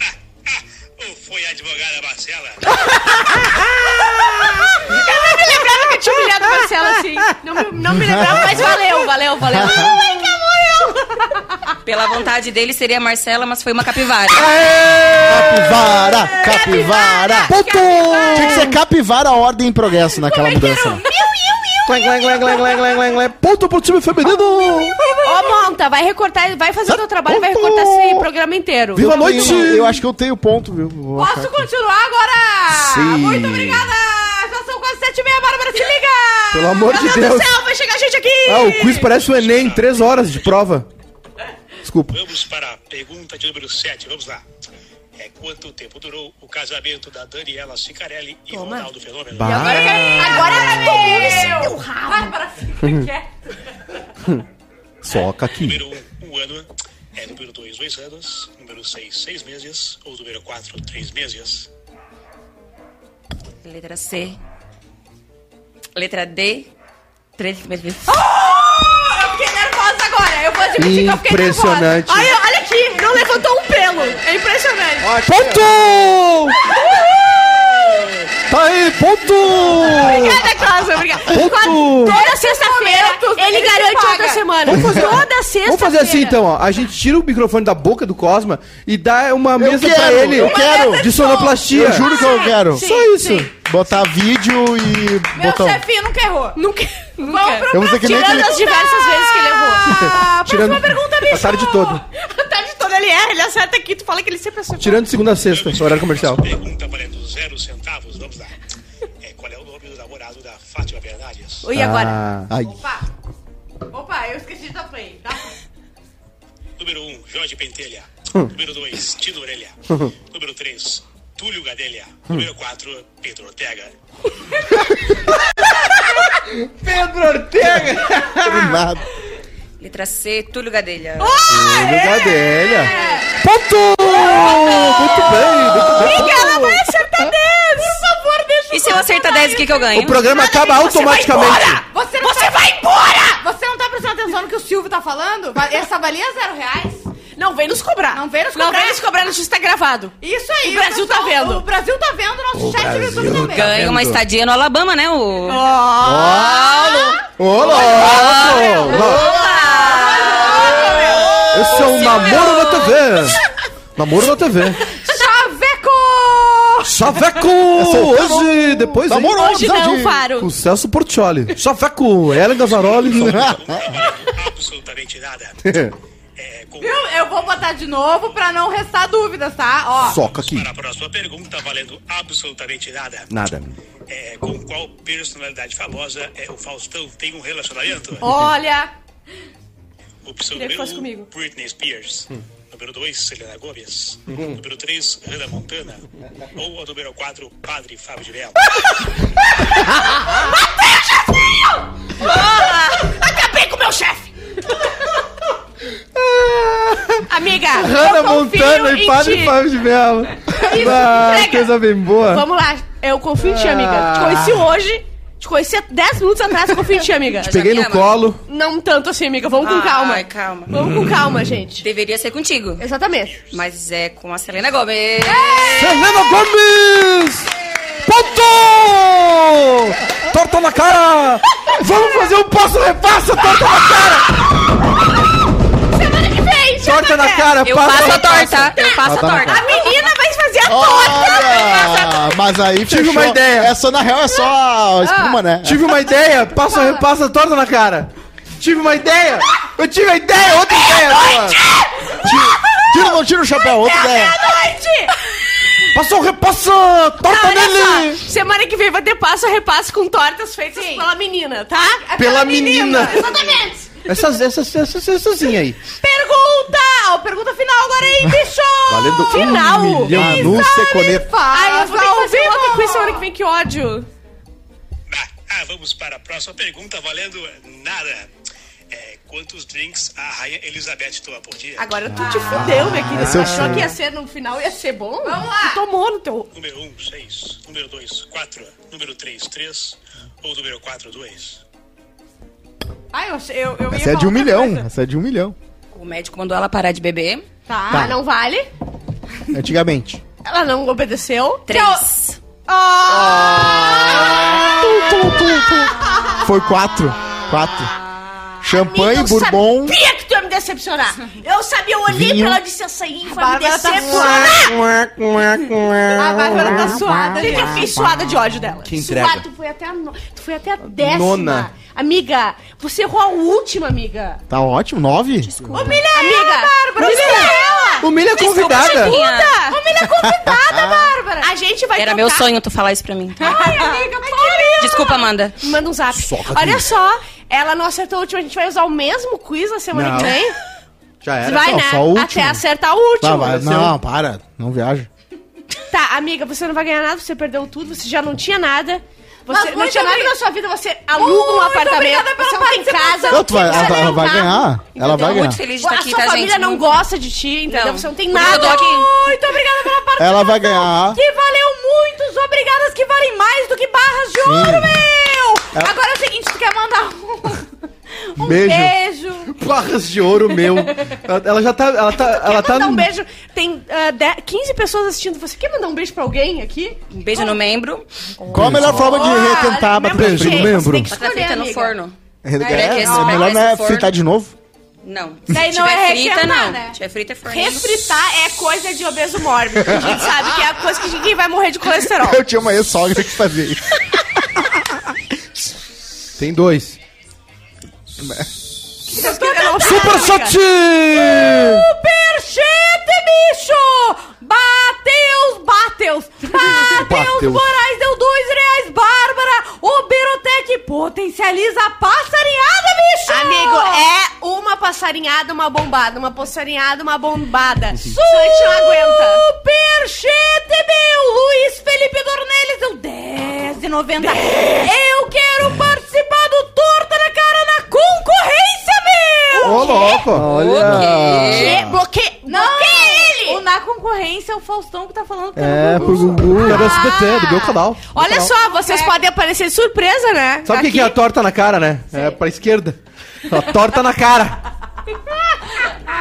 Speaker 6: Ah, ah, *laughs* ou foi a advogada Marcela?
Speaker 2: Lembrava que eu tinha humilhado a Marcela assim. Não me, não me lembrava, mas valeu, valeu, valeu.
Speaker 5: Pela vontade dele seria a Marcela, mas foi uma capivara.
Speaker 4: Capivara, capivara. Puto! Tinha que ser capivara, ordem e progresso naquela mudança.
Speaker 1: Clang, clang, clang, clang, clang, clang, clang, clang. Ponto pro time feminino.
Speaker 2: Ô, Monta, vai recortar, vai fazer o teu trabalho, vai recortar esse programa inteiro.
Speaker 1: Viva a
Speaker 4: Eu
Speaker 1: noite.
Speaker 4: tenho- Eu acho que eu tenho ponto, viu? Vou marcar.
Speaker 3: Posso continuar agora?
Speaker 4: Sim.
Speaker 3: Muito obrigada! Já são quase sete e meia, Bárbara, se liga!
Speaker 1: Pelo amor de
Speaker 2: Meu Deus
Speaker 1: Deus.
Speaker 2: do céu, vai chegar gente aqui!
Speaker 1: Ah, o quiz parece o Enem. Três horas de prova. Desculpa.
Speaker 6: Vamos para a pergunta de número 7, vamos lá. É quanto tempo durou o casamento da Daniela Cicarelli e Ronaldo Fenômeno?
Speaker 1: Bah. Ah.
Speaker 3: Agora era todo mundo esse teu rabo! Bárbara, fica
Speaker 1: Uhum.
Speaker 3: quieta.
Speaker 1: Soca aqui.
Speaker 6: Número 1, um, um ano. É, número 2, dois anos. Número 6, seis meses. Ou número 4, três meses.
Speaker 5: Letra C. Letra D. Três meses.
Speaker 3: Eu fiquei nervosa agora, eu vou admitir que eu fiquei nervosa.
Speaker 1: Impressionante.
Speaker 2: Olha, olha aqui, não levantou um pelo. É impressionante.
Speaker 1: Ponto! Tá aí, ponto!
Speaker 2: Obrigada, Cláudia, obrigada.
Speaker 1: Ponto!
Speaker 2: Toda sexta-feira ele
Speaker 3: ele
Speaker 2: garante
Speaker 3: paga.
Speaker 2: outra semana. Toda sexta-feira.
Speaker 1: Vamos fazer assim então, ó. A gente tira o microfone da boca do Cosma e dá uma mesa pra
Speaker 4: quero,
Speaker 1: ele.
Speaker 4: eu quero.
Speaker 1: De sonoplastia.
Speaker 4: Eu juro que eu quero.
Speaker 1: Só isso.
Speaker 4: Botar vídeo e
Speaker 3: Meu
Speaker 4: botão.
Speaker 3: chefinho nunca errou.
Speaker 2: Nunca.
Speaker 3: Vamos
Speaker 2: nunca.
Speaker 3: pro
Speaker 4: Eu vou ter que nem
Speaker 2: Tirando
Speaker 4: aquele-
Speaker 2: as diversas vezes que
Speaker 1: *laughs*
Speaker 2: ele errou.
Speaker 3: Ah,
Speaker 1: Tirando
Speaker 3: próxima pergunta,
Speaker 1: a
Speaker 3: bicho!
Speaker 1: tarde
Speaker 3: *laughs*
Speaker 1: toda.
Speaker 2: A tarde toda ele erra, ele acerta aqui, tu fala que ele sempre acerta.
Speaker 1: Tirando segunda a sexta, horário comercial.
Speaker 6: Pergunta valendo zero centavos, vamos lá. É, qual é o nome do namorado da Fátima Bernardes?
Speaker 2: E agora?
Speaker 4: Ah, Ai.
Speaker 3: Opa! Opa, eu esqueci da play, tá?
Speaker 6: Número 1, um, Jorge Pentelha.
Speaker 1: Hum.
Speaker 6: Número 2,
Speaker 1: *laughs*
Speaker 6: Tino Orelha. Número 3, Túlio Gadelha.
Speaker 1: Hum.
Speaker 6: Número 4, Pedro Ortega.
Speaker 1: Pedro Ortega!
Speaker 4: Nada.
Speaker 5: Letra C, Túlio Gadelha.
Speaker 1: Pedro Gadelha. Ponto! Muito bem, muito bem.
Speaker 2: Ela vai acertar 10! Por favor, deixa
Speaker 5: E se eu acertar 10, o que, que eu ganho?
Speaker 1: O programa acaba automaticamente.
Speaker 3: Você, você vai embora! Você não tá prestando atenção no que o Silvio tá falando? Va- Essa valia é zero reais?
Speaker 2: Não, vem nos cobrar.
Speaker 3: Não vem nos
Speaker 2: Não
Speaker 3: cobrar.
Speaker 2: vem nos cobrar, a gente tá gravado.
Speaker 3: Isso aí,
Speaker 2: O Brasil
Speaker 3: pessoal,
Speaker 2: tá vendo.
Speaker 3: O Brasil tá vendo, nosso
Speaker 1: O
Speaker 3: chat do
Speaker 1: Brasil
Speaker 3: YouTube também.
Speaker 1: tá-
Speaker 5: Ganho uma
Speaker 1: vendo?
Speaker 5: estadia no Alabama, né? O...
Speaker 1: Ô, louco! louco. Esse é o namoro na TV. Namoro na TV.
Speaker 3: Chaveco!
Speaker 7: Chaveco!
Speaker 1: é Hoje, depois.
Speaker 4: Tá
Speaker 1: hein?
Speaker 4: bom,
Speaker 2: Hoje não,
Speaker 4: de-
Speaker 1: Com
Speaker 2: Faro.
Speaker 1: o Celso Portioli.
Speaker 7: Chaveco! Ellen Gazzaroli.
Speaker 4: *laughs*
Speaker 1: Ah.
Speaker 6: Absolutamente
Speaker 1: *laughs*
Speaker 6: nada. É, com...
Speaker 3: Viu? Eu vou botar de novo pra não restar dúvidas, tá? Ó.
Speaker 1: Soca aqui.
Speaker 6: Para a próxima pergunta, valendo absolutamente nada.
Speaker 7: Nada.
Speaker 6: É, com qual personalidade famosa é, o Faustão tem um relacionamento?
Speaker 3: Olha.
Speaker 6: Opção
Speaker 2: Queria que
Speaker 6: número
Speaker 2: fosse
Speaker 6: 1,
Speaker 2: comigo.
Speaker 6: Britney Spears. Número 2, Selena Gomes. Número 3, Hannah Montana. Ou a número 4, Padre Fábio
Speaker 2: *laughs*
Speaker 6: de Mello.
Speaker 2: Acabei com o meu
Speaker 3: *laughs*
Speaker 2: chefe! Amiga,
Speaker 1: Hannah
Speaker 2: eu confio
Speaker 1: Montana
Speaker 2: em
Speaker 1: e Padre
Speaker 2: ti.
Speaker 1: Fábio de Mello. Ah,
Speaker 2: entrega.
Speaker 1: coisa bem boa.
Speaker 2: Vamos lá, eu confio em ti, amiga.
Speaker 1: Ah.
Speaker 2: Te conheci hoje, te conheci há 10 minutos atrás, eu confio em ti, amiga.
Speaker 1: Peguei
Speaker 5: me
Speaker 1: no
Speaker 5: ama?
Speaker 1: colo.
Speaker 2: Não tanto assim, amiga, vamos com calma.
Speaker 5: Ai, calma.
Speaker 2: Vamos com
Speaker 4: Hum.
Speaker 2: calma, gente.
Speaker 5: Deveria ser contigo.
Speaker 2: Exatamente.
Speaker 5: Mas é com a Selena Gomez.
Speaker 7: Selena Gomes! Ponto! Torta na cara!
Speaker 1: Vamos fazer um passo repassa, torta na cara!
Speaker 2: Semana que vem,
Speaker 1: Torta na cara,
Speaker 5: Eu
Speaker 1: passa
Speaker 5: faço a
Speaker 1: repassa.
Speaker 5: torta. Eu faço a
Speaker 4: Ah, tá na
Speaker 5: torta.
Speaker 2: A menina vai fazer a torta!
Speaker 4: Olha! Mas aí
Speaker 1: Tive
Speaker 4: fechou.
Speaker 1: uma ideia.
Speaker 4: É só, na real, é
Speaker 2: Ah,
Speaker 4: só a espuma, né?
Speaker 1: Tive uma ideia, passa repassa, torta na cara. Tive uma ideia. Eu tive a ideia, outra ideia. Boa.
Speaker 4: Tira ou não tira o chapéu? Outra ideia.
Speaker 2: Noite!
Speaker 7: Passou, repassa! Torta
Speaker 2: Tá, Olha
Speaker 7: nele!
Speaker 2: só, semana que vem vai ter passo a repasso com tortas feitas pela menina, tá? É
Speaker 1: Pela menina.
Speaker 2: Exatamente!
Speaker 1: Essas, essas, essas, essas,zinha aí.
Speaker 2: Pergunta! Ó, pergunta final agora aí, bicho!
Speaker 4: É
Speaker 1: Valendo um
Speaker 2: final!
Speaker 1: milhão.
Speaker 2: Ih,
Speaker 4: Manu Seconeta.
Speaker 2: Ai, eu vou ter que fazer
Speaker 3: Ao
Speaker 2: outra
Speaker 3: vivo.
Speaker 2: quiz semana que vem, que ódio!
Speaker 6: Ah, ah, vamos para a próxima pergunta, valendo nada. É, quantos drinks a Rainha Elizabeth toma por dia?
Speaker 2: Agora tu te fudeu, minha querida.
Speaker 4: Esse é o
Speaker 2: achou
Speaker 4: sonho.
Speaker 2: que ia ser no final, ia ser bom? Vamos lá! Tu tomou no teu...
Speaker 6: Número 1, 6. Número 2, 4. Número 3, 3. Ou número 4, 2.
Speaker 3: Ai, eu, achei- eu, eu ia
Speaker 4: Essa é
Speaker 3: falar
Speaker 4: de um
Speaker 3: outra
Speaker 4: milhão.
Speaker 3: coisa.
Speaker 4: Essa é de um milhão.
Speaker 5: O médico mandou ela parar de beber.
Speaker 2: Tá,
Speaker 4: Tá.
Speaker 2: não vale. *laughs*
Speaker 4: Antigamente.
Speaker 2: Ela não obedeceu.
Speaker 5: Então, Três.
Speaker 4: Foi quatro. Quatro. Champanhe,
Speaker 2: Então,
Speaker 4: bourbon.
Speaker 2: sabia que tu ia me decepcionar. Eu sabia, eu olhei
Speaker 4: Vinho.
Speaker 2: pra ela e disse, essa aí vai me
Speaker 3: Bárbara tá
Speaker 2: decepcionar.
Speaker 3: A Bárbara tá suada.
Speaker 2: Gente,
Speaker 3: gente.
Speaker 2: eu fiquei suada de ódio dela.
Speaker 7: Que entrega.
Speaker 2: Suada, tu foi até a, no... tu foi até a décima.
Speaker 1: Nona.
Speaker 2: Amiga, você errou a última, amiga.
Speaker 4: Tá ótimo. Nove.
Speaker 2: Humilha amiga, ela, Humilha
Speaker 1: Humilha a é convidada.
Speaker 5: Chiquinha.
Speaker 2: ela. Humilha a convidada, Bárbara. A gente vai
Speaker 5: Era
Speaker 2: tocar-
Speaker 5: meu sonho tu falar isso pra mim.
Speaker 2: Ai, amiga, pariu.
Speaker 5: Desculpa, Amanda.
Speaker 2: Me Manda um zap. Olha só, ela não acertou a última. A gente vai usar o mesmo quiz na semana
Speaker 1: Não.
Speaker 2: que vem.
Speaker 1: Já era.
Speaker 2: vai,
Speaker 4: só-
Speaker 2: né?
Speaker 4: só o último.
Speaker 2: Até acertar o último.
Speaker 4: Tá, vai.
Speaker 1: Pareceu-
Speaker 4: Não, para. Não viaja.
Speaker 2: Tá, amiga, você não vai ganhar nada, você perdeu tudo, você já não tinha nada.
Speaker 3: Mas
Speaker 2: Você não
Speaker 3: muito
Speaker 2: tinha nada
Speaker 3: obri-
Speaker 2: na sua vida, você aluga um
Speaker 3: Muito
Speaker 2: apartamento,
Speaker 3: obrigada pela
Speaker 2: você não tem
Speaker 3: participação.
Speaker 2: casa.
Speaker 4: Não, tu vai-
Speaker 2: precisa
Speaker 4: ela-
Speaker 2: nem
Speaker 4: ela
Speaker 2: um
Speaker 4: vai
Speaker 2: carro,
Speaker 4: ganhar. Ela vai
Speaker 5: Tô
Speaker 4: ganhar.
Speaker 5: muito feliz de estar
Speaker 2: A
Speaker 5: aqui,
Speaker 2: sua
Speaker 5: tá, gente?
Speaker 2: família não
Speaker 5: Muito-
Speaker 2: gosta de ti, entendeu?
Speaker 5: Não.
Speaker 2: Você não tem
Speaker 5: Por isso
Speaker 2: nada.
Speaker 5: que eu tô aqui.
Speaker 3: Muito obrigada pela participação.
Speaker 4: Ela vai ganhar.
Speaker 3: Que valeu muitos obrigadas que valem mais do que barras de ouro, meu! Agora é o seguinte, tu quer mandar um, um
Speaker 1: Beijo.
Speaker 3: beijo.
Speaker 1: Barras de ouro meu. Ela- Ela já tá. Ela tá. Ela
Speaker 2: Quer
Speaker 1: tá.
Speaker 2: mandar um beijo? Tem ah, de- 15 pessoas assistindo. Você quer mandar um beijo pra alguém aqui?
Speaker 5: Um beijo no membro.
Speaker 4: Qual a melhor forma de requentar a
Speaker 2: membro
Speaker 1: beijo
Speaker 2: cheio,
Speaker 1: no
Speaker 2: você
Speaker 1: membro.
Speaker 2: tem que
Speaker 5: Ela tá
Speaker 2: escolher,
Speaker 5: frita no
Speaker 2: amiga.
Speaker 5: forno.
Speaker 4: É,
Speaker 5: esse
Speaker 4: não,
Speaker 5: vai
Speaker 4: melhor
Speaker 5: mais
Speaker 4: não é
Speaker 5: no forno.
Speaker 4: fritar de
Speaker 2: *laughs*
Speaker 4: novo?
Speaker 5: Não.
Speaker 3: Daí
Speaker 5: Se
Speaker 3: não
Speaker 5: tiver
Speaker 3: é
Speaker 5: frita,
Speaker 3: requentar,
Speaker 5: não.
Speaker 3: né?
Speaker 5: Se tiver frita, é forno.
Speaker 2: Refritar é coisa de obeso mórbido. A gente sabe que é a coisa que ninguém vai morrer de colesterol.
Speaker 4: Eu tinha uma ex-sogra que fazia *laughs* isso.
Speaker 1: Tem dois.
Speaker 7: Super chat!
Speaker 3: Superchete, bicho! Bateus, Bateus!
Speaker 1: Bateus.
Speaker 3: Bateus Moraes deu dois reais, Bárbara! Oberotec potencializa a passarinhada, bicho!
Speaker 2: Amigo, é uma passarinhada, uma bombada. Uma passarinhada, uma bombada. Isso a gente não aguenta.
Speaker 3: Superchete, meu! Luiz Felipe Dornelles deu 10,90. Eu quero participar do Torta na Cara na concorrência, meu!
Speaker 1: Ô, louco!
Speaker 5: Ok.
Speaker 2: Que? Bloqueia. Não! é ele!
Speaker 3: O na concorrência é o Faustão que tá falando pelo
Speaker 1: É, pro
Speaker 3: Gugu.
Speaker 1: Gugu. Era do SBT, é do meu canal.
Speaker 2: Olha só,
Speaker 3: É.
Speaker 2: vocês podem aparecer de surpresa, né?
Speaker 1: Sabe o que, que é a torta na cara, né? É pra esquerda. A torta na cara.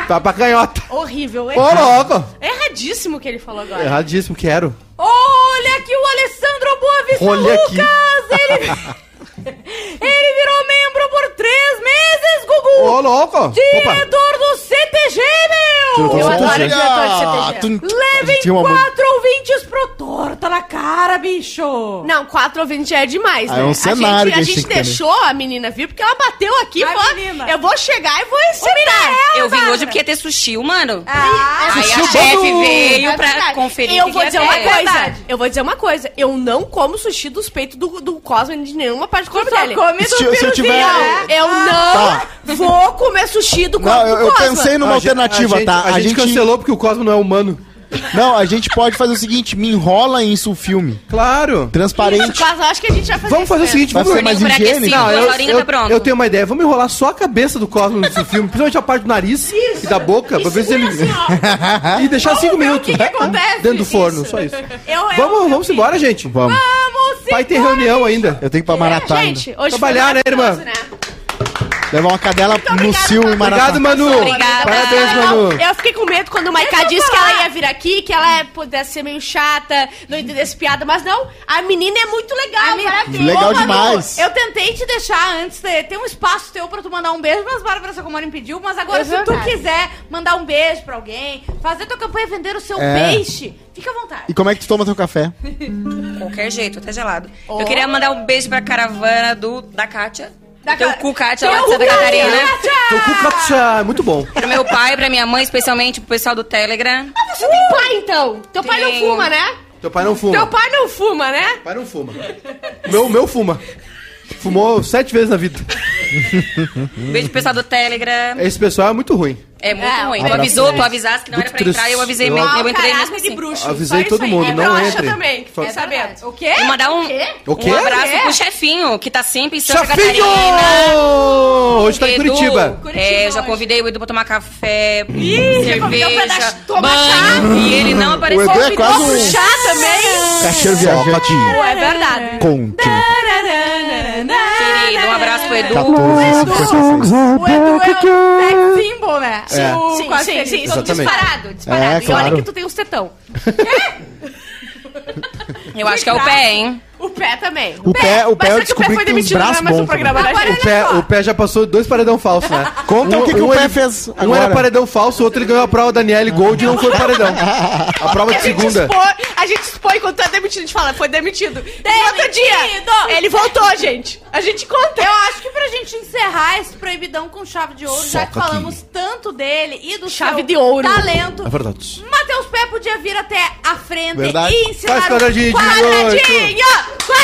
Speaker 1: Tá pra canhota.
Speaker 2: Horrível.
Speaker 1: Ô, louco!
Speaker 2: Erradíssimo o que ele falou agora.
Speaker 1: Erradíssimo, quero.
Speaker 3: Olha aqui o Alessandro Boavista
Speaker 1: Olha
Speaker 3: Lucas!
Speaker 1: aqui.
Speaker 4: *laughs*
Speaker 3: Ele... ele virou membro por três meses, Gugu!
Speaker 1: Ô, louco! Opa!
Speaker 3: Diretor do CTG, meu!
Speaker 2: Eu adoro o
Speaker 4: Olha,
Speaker 2: diretor de CTG.
Speaker 4: Ah, tu-
Speaker 3: Levem
Speaker 4: Tinha uma
Speaker 3: quatro ouvintes pro torta na cara, bicho!
Speaker 2: Não, quatro ouvintes já é demais,
Speaker 4: Ah,
Speaker 2: né?
Speaker 4: é um
Speaker 2: a
Speaker 4: cenário
Speaker 2: gente,
Speaker 4: que
Speaker 2: a
Speaker 4: a
Speaker 2: gente
Speaker 4: gente tem que ter, né?
Speaker 2: deixou a menina vir porque ela bateu aqui.
Speaker 3: Vai,
Speaker 2: falou,
Speaker 3: menina.
Speaker 2: eu vou chegar e vou sentar.
Speaker 5: Eu vim
Speaker 3: Bárbara.
Speaker 5: hoje porque ia ter sushi, humano.
Speaker 3: Ah,
Speaker 5: Aí
Speaker 1: Sushi
Speaker 5: a
Speaker 1: é
Speaker 5: chefe
Speaker 1: bom.
Speaker 5: veio
Speaker 2: É
Speaker 5: pra
Speaker 2: verdade.
Speaker 5: conferir.
Speaker 2: Eu
Speaker 5: que
Speaker 2: vou
Speaker 5: ia
Speaker 2: dizer
Speaker 5: ter. É
Speaker 2: uma coisa.
Speaker 3: verdade.
Speaker 2: Eu vou dizer uma coisa. Eu não como sushi dos peitos do, do Cosmo de nenhuma parte do corpo
Speaker 3: só
Speaker 2: dele.
Speaker 3: come
Speaker 4: Se
Speaker 3: do
Speaker 4: eu- se eu tiver- Tá.
Speaker 3: piruzinho, né?
Speaker 2: Eu
Speaker 5: Ah.
Speaker 2: não vou comer sushi do corpo
Speaker 4: Não, eu,
Speaker 2: do
Speaker 4: eu
Speaker 2: Cosma.
Speaker 4: pensei numa
Speaker 1: A gente-
Speaker 4: alternativa,
Speaker 1: a gente-
Speaker 4: tá?
Speaker 1: A, gente, cancelou porque o Cosmo não é humano.
Speaker 4: Não, a gente pode fazer o seguinte, me enrola em isso o filme.
Speaker 1: Claro.
Speaker 2: Isso,
Speaker 4: Transparente.
Speaker 2: Cosma, eu acho que a gente vai fazer
Speaker 1: Vamos fazer o
Speaker 2: isso
Speaker 1: seguinte,
Speaker 4: Vai
Speaker 1: vamos...
Speaker 4: ser mais
Speaker 5: Por é aquecido,
Speaker 4: higiênico.
Speaker 5: Não, eu-
Speaker 1: eu,
Speaker 5: Florinha tá pronto.
Speaker 1: eu tenho uma ideia, vamos enrolar só a cabeça do Cosmo nesse filme, principalmente a parte do nariz e da boca, pra ver se ele.
Speaker 2: assim,
Speaker 1: *laughs* e deixar
Speaker 2: É
Speaker 1: cinco minutos né?
Speaker 3: que que acontece?
Speaker 1: dentro do forno,
Speaker 3: Isso.
Speaker 1: só isso.
Speaker 3: Eu, eu,
Speaker 1: Vamos, vamos embora, gente.
Speaker 4: Vamos.
Speaker 3: Vamos
Speaker 1: Vai ter reunião ainda.
Speaker 4: Eu tenho que ir pra Maratá ainda.
Speaker 2: É, Gente, hoje foi
Speaker 1: Trabalhar, né, irmã?
Speaker 2: maravilhoso, né?
Speaker 4: Levar uma cadela no cio em Maratá.
Speaker 1: Obrigado, Manu.
Speaker 5: Obrigada.
Speaker 1: Parabéns,
Speaker 2: Não,
Speaker 1: Manu.
Speaker 2: eu fiquei com medo quando o Maiká
Speaker 3: Deixa eu
Speaker 2: disse que
Speaker 3: falar.
Speaker 2: ela ia vir aqui, que
Speaker 3: é,
Speaker 2: ela pudesse ser meio chata, não entendesse piada, mas não, a menina é muito legal, maravilhosa.
Speaker 4: Legal
Speaker 3: Ô, Manu,
Speaker 4: demais.
Speaker 3: Eu tentei te deixar antes, de, tem um espaço teu pra tu mandar um beijo, mas Bárbara Sacomori me pediu. Mas agora,
Speaker 2: É
Speaker 3: se tu
Speaker 2: verdade.
Speaker 3: quiser mandar um beijo pra alguém, fazer tua campanha vender o seu
Speaker 4: É.
Speaker 3: peixe, fica à vontade.
Speaker 4: E como é que tu toma teu café?
Speaker 5: Qualquer jeito, até gelado. Eu queria mandar um beijo pra caravana do, da Kátia. Da
Speaker 2: Então,
Speaker 5: teu
Speaker 3: Ca-
Speaker 5: cu, Kátia, lá
Speaker 3: Teu
Speaker 5: de Santa
Speaker 3: cu,
Speaker 5: Catarina.
Speaker 2: né?
Speaker 3: Kátia!
Speaker 1: Tô com o Katia, muito bom.
Speaker 5: Pro meu pai, pra minha mãe, especialmente pro pessoal do Telegram.
Speaker 2: Ah, você tem pai, então? Teu pai não
Speaker 5: Tenho.
Speaker 2: fuma, né?
Speaker 1: Teu pai não
Speaker 2: Teu
Speaker 1: fuma.
Speaker 2: pai não fuma, né?
Speaker 1: pai não fuma. Meu, meu fuma. Fumou sete vezes na vida.
Speaker 5: Um beijo pro pessoal do Telegram.
Speaker 1: Esse pessoal é muito ruim.
Speaker 5: É muito
Speaker 2: É,
Speaker 5: ruim.
Speaker 2: um
Speaker 5: Tu
Speaker 4: abraço.
Speaker 5: avisou, tu avisaste que não era
Speaker 1: Muito
Speaker 5: pra entrar,
Speaker 1: triste.
Speaker 5: eu avisei
Speaker 1: Eu-
Speaker 5: mesmo.
Speaker 2: Ah,
Speaker 5: Eu entrei
Speaker 2: caraca,
Speaker 5: mesmo
Speaker 2: de
Speaker 5: assim.
Speaker 2: bruxo.
Speaker 1: Avisei
Speaker 2: só
Speaker 1: todo
Speaker 2: isso aí.
Speaker 1: mundo,
Speaker 2: é
Speaker 1: não
Speaker 2: broxa
Speaker 1: entre.
Speaker 2: também,
Speaker 1: Fa-
Speaker 2: é sabendo.
Speaker 3: O quê?
Speaker 5: Vou mandar um,
Speaker 1: O quê?
Speaker 5: um abraço
Speaker 3: É.
Speaker 5: pro chefinho, que tá sempre em Santa
Speaker 1: Chafinho!
Speaker 5: Catarina.
Speaker 1: Hoje tá em
Speaker 5: Edu.
Speaker 1: Curitiba.
Speaker 5: É,
Speaker 3: Curitiba
Speaker 5: já
Speaker 3: hoje.
Speaker 5: convidei o Edu pra tomar café, hum,
Speaker 3: convidou pra
Speaker 5: cerveja,
Speaker 3: dar- tomar
Speaker 5: banho, e ele não apareceu.
Speaker 4: Edu é quase
Speaker 5: Convidou-
Speaker 4: um-
Speaker 2: Chá também?
Speaker 4: Cacheiro viajante.
Speaker 2: É verdade.
Speaker 4: Conte.
Speaker 2: Né?
Speaker 5: Querido, um abraço pro Edu.
Speaker 4: 14,56.
Speaker 3: O Edu é o sex symbol, né?
Speaker 4: É.
Speaker 3: O
Speaker 2: Sim,
Speaker 3: quase
Speaker 2: sim,
Speaker 3: feliz.
Speaker 2: sim, sou
Speaker 1: Exatamente.
Speaker 2: disparado, disparado.
Speaker 4: É,
Speaker 2: E olha
Speaker 4: claro.
Speaker 2: que tu tá tem
Speaker 3: um
Speaker 2: os tetão.
Speaker 5: Eu acho que é o pé, hein?
Speaker 2: O pé também.
Speaker 4: O pé, o
Speaker 2: Mas
Speaker 4: pé
Speaker 2: será
Speaker 4: eu
Speaker 3: é
Speaker 2: que
Speaker 4: descobri que tem uns
Speaker 2: não era
Speaker 4: braços
Speaker 2: mais um
Speaker 4: bons. também.
Speaker 2: programa da
Speaker 3: Agora
Speaker 2: gente?
Speaker 1: O pé, o pé já passou dois paredão falsos, né?
Speaker 4: *laughs* Conta o que que o pé
Speaker 1: ele-
Speaker 4: fez
Speaker 1: Um era
Speaker 4: agora.
Speaker 1: paredão falso, o outro ele ganhou a prova da Daniele Gold e não foi paredão. A prova de
Speaker 2: A gente,
Speaker 1: segunda.
Speaker 2: expõe, a gente expõe quando tá demitido. A gente fala, foi demitido. No outro dia, ele voltou, gente. A gente conta.
Speaker 3: Eu acho que pra gente encerrar esse proibidão com chave de ouro, já que
Speaker 4: Soca aqui.
Speaker 3: falamos tanto dele e do
Speaker 2: Chave
Speaker 3: seu
Speaker 2: de ouro.
Speaker 3: talento,
Speaker 1: É verdade.
Speaker 3: Matheus Pé podia vir até a frente
Speaker 4: Verdade.
Speaker 3: e ensinar
Speaker 1: Faz quadradinho
Speaker 3: o
Speaker 1: de
Speaker 3: quadradinho!
Speaker 1: oito.
Speaker 3: Quadradinho! Tá, tá,
Speaker 4: Ah!
Speaker 3: Ah,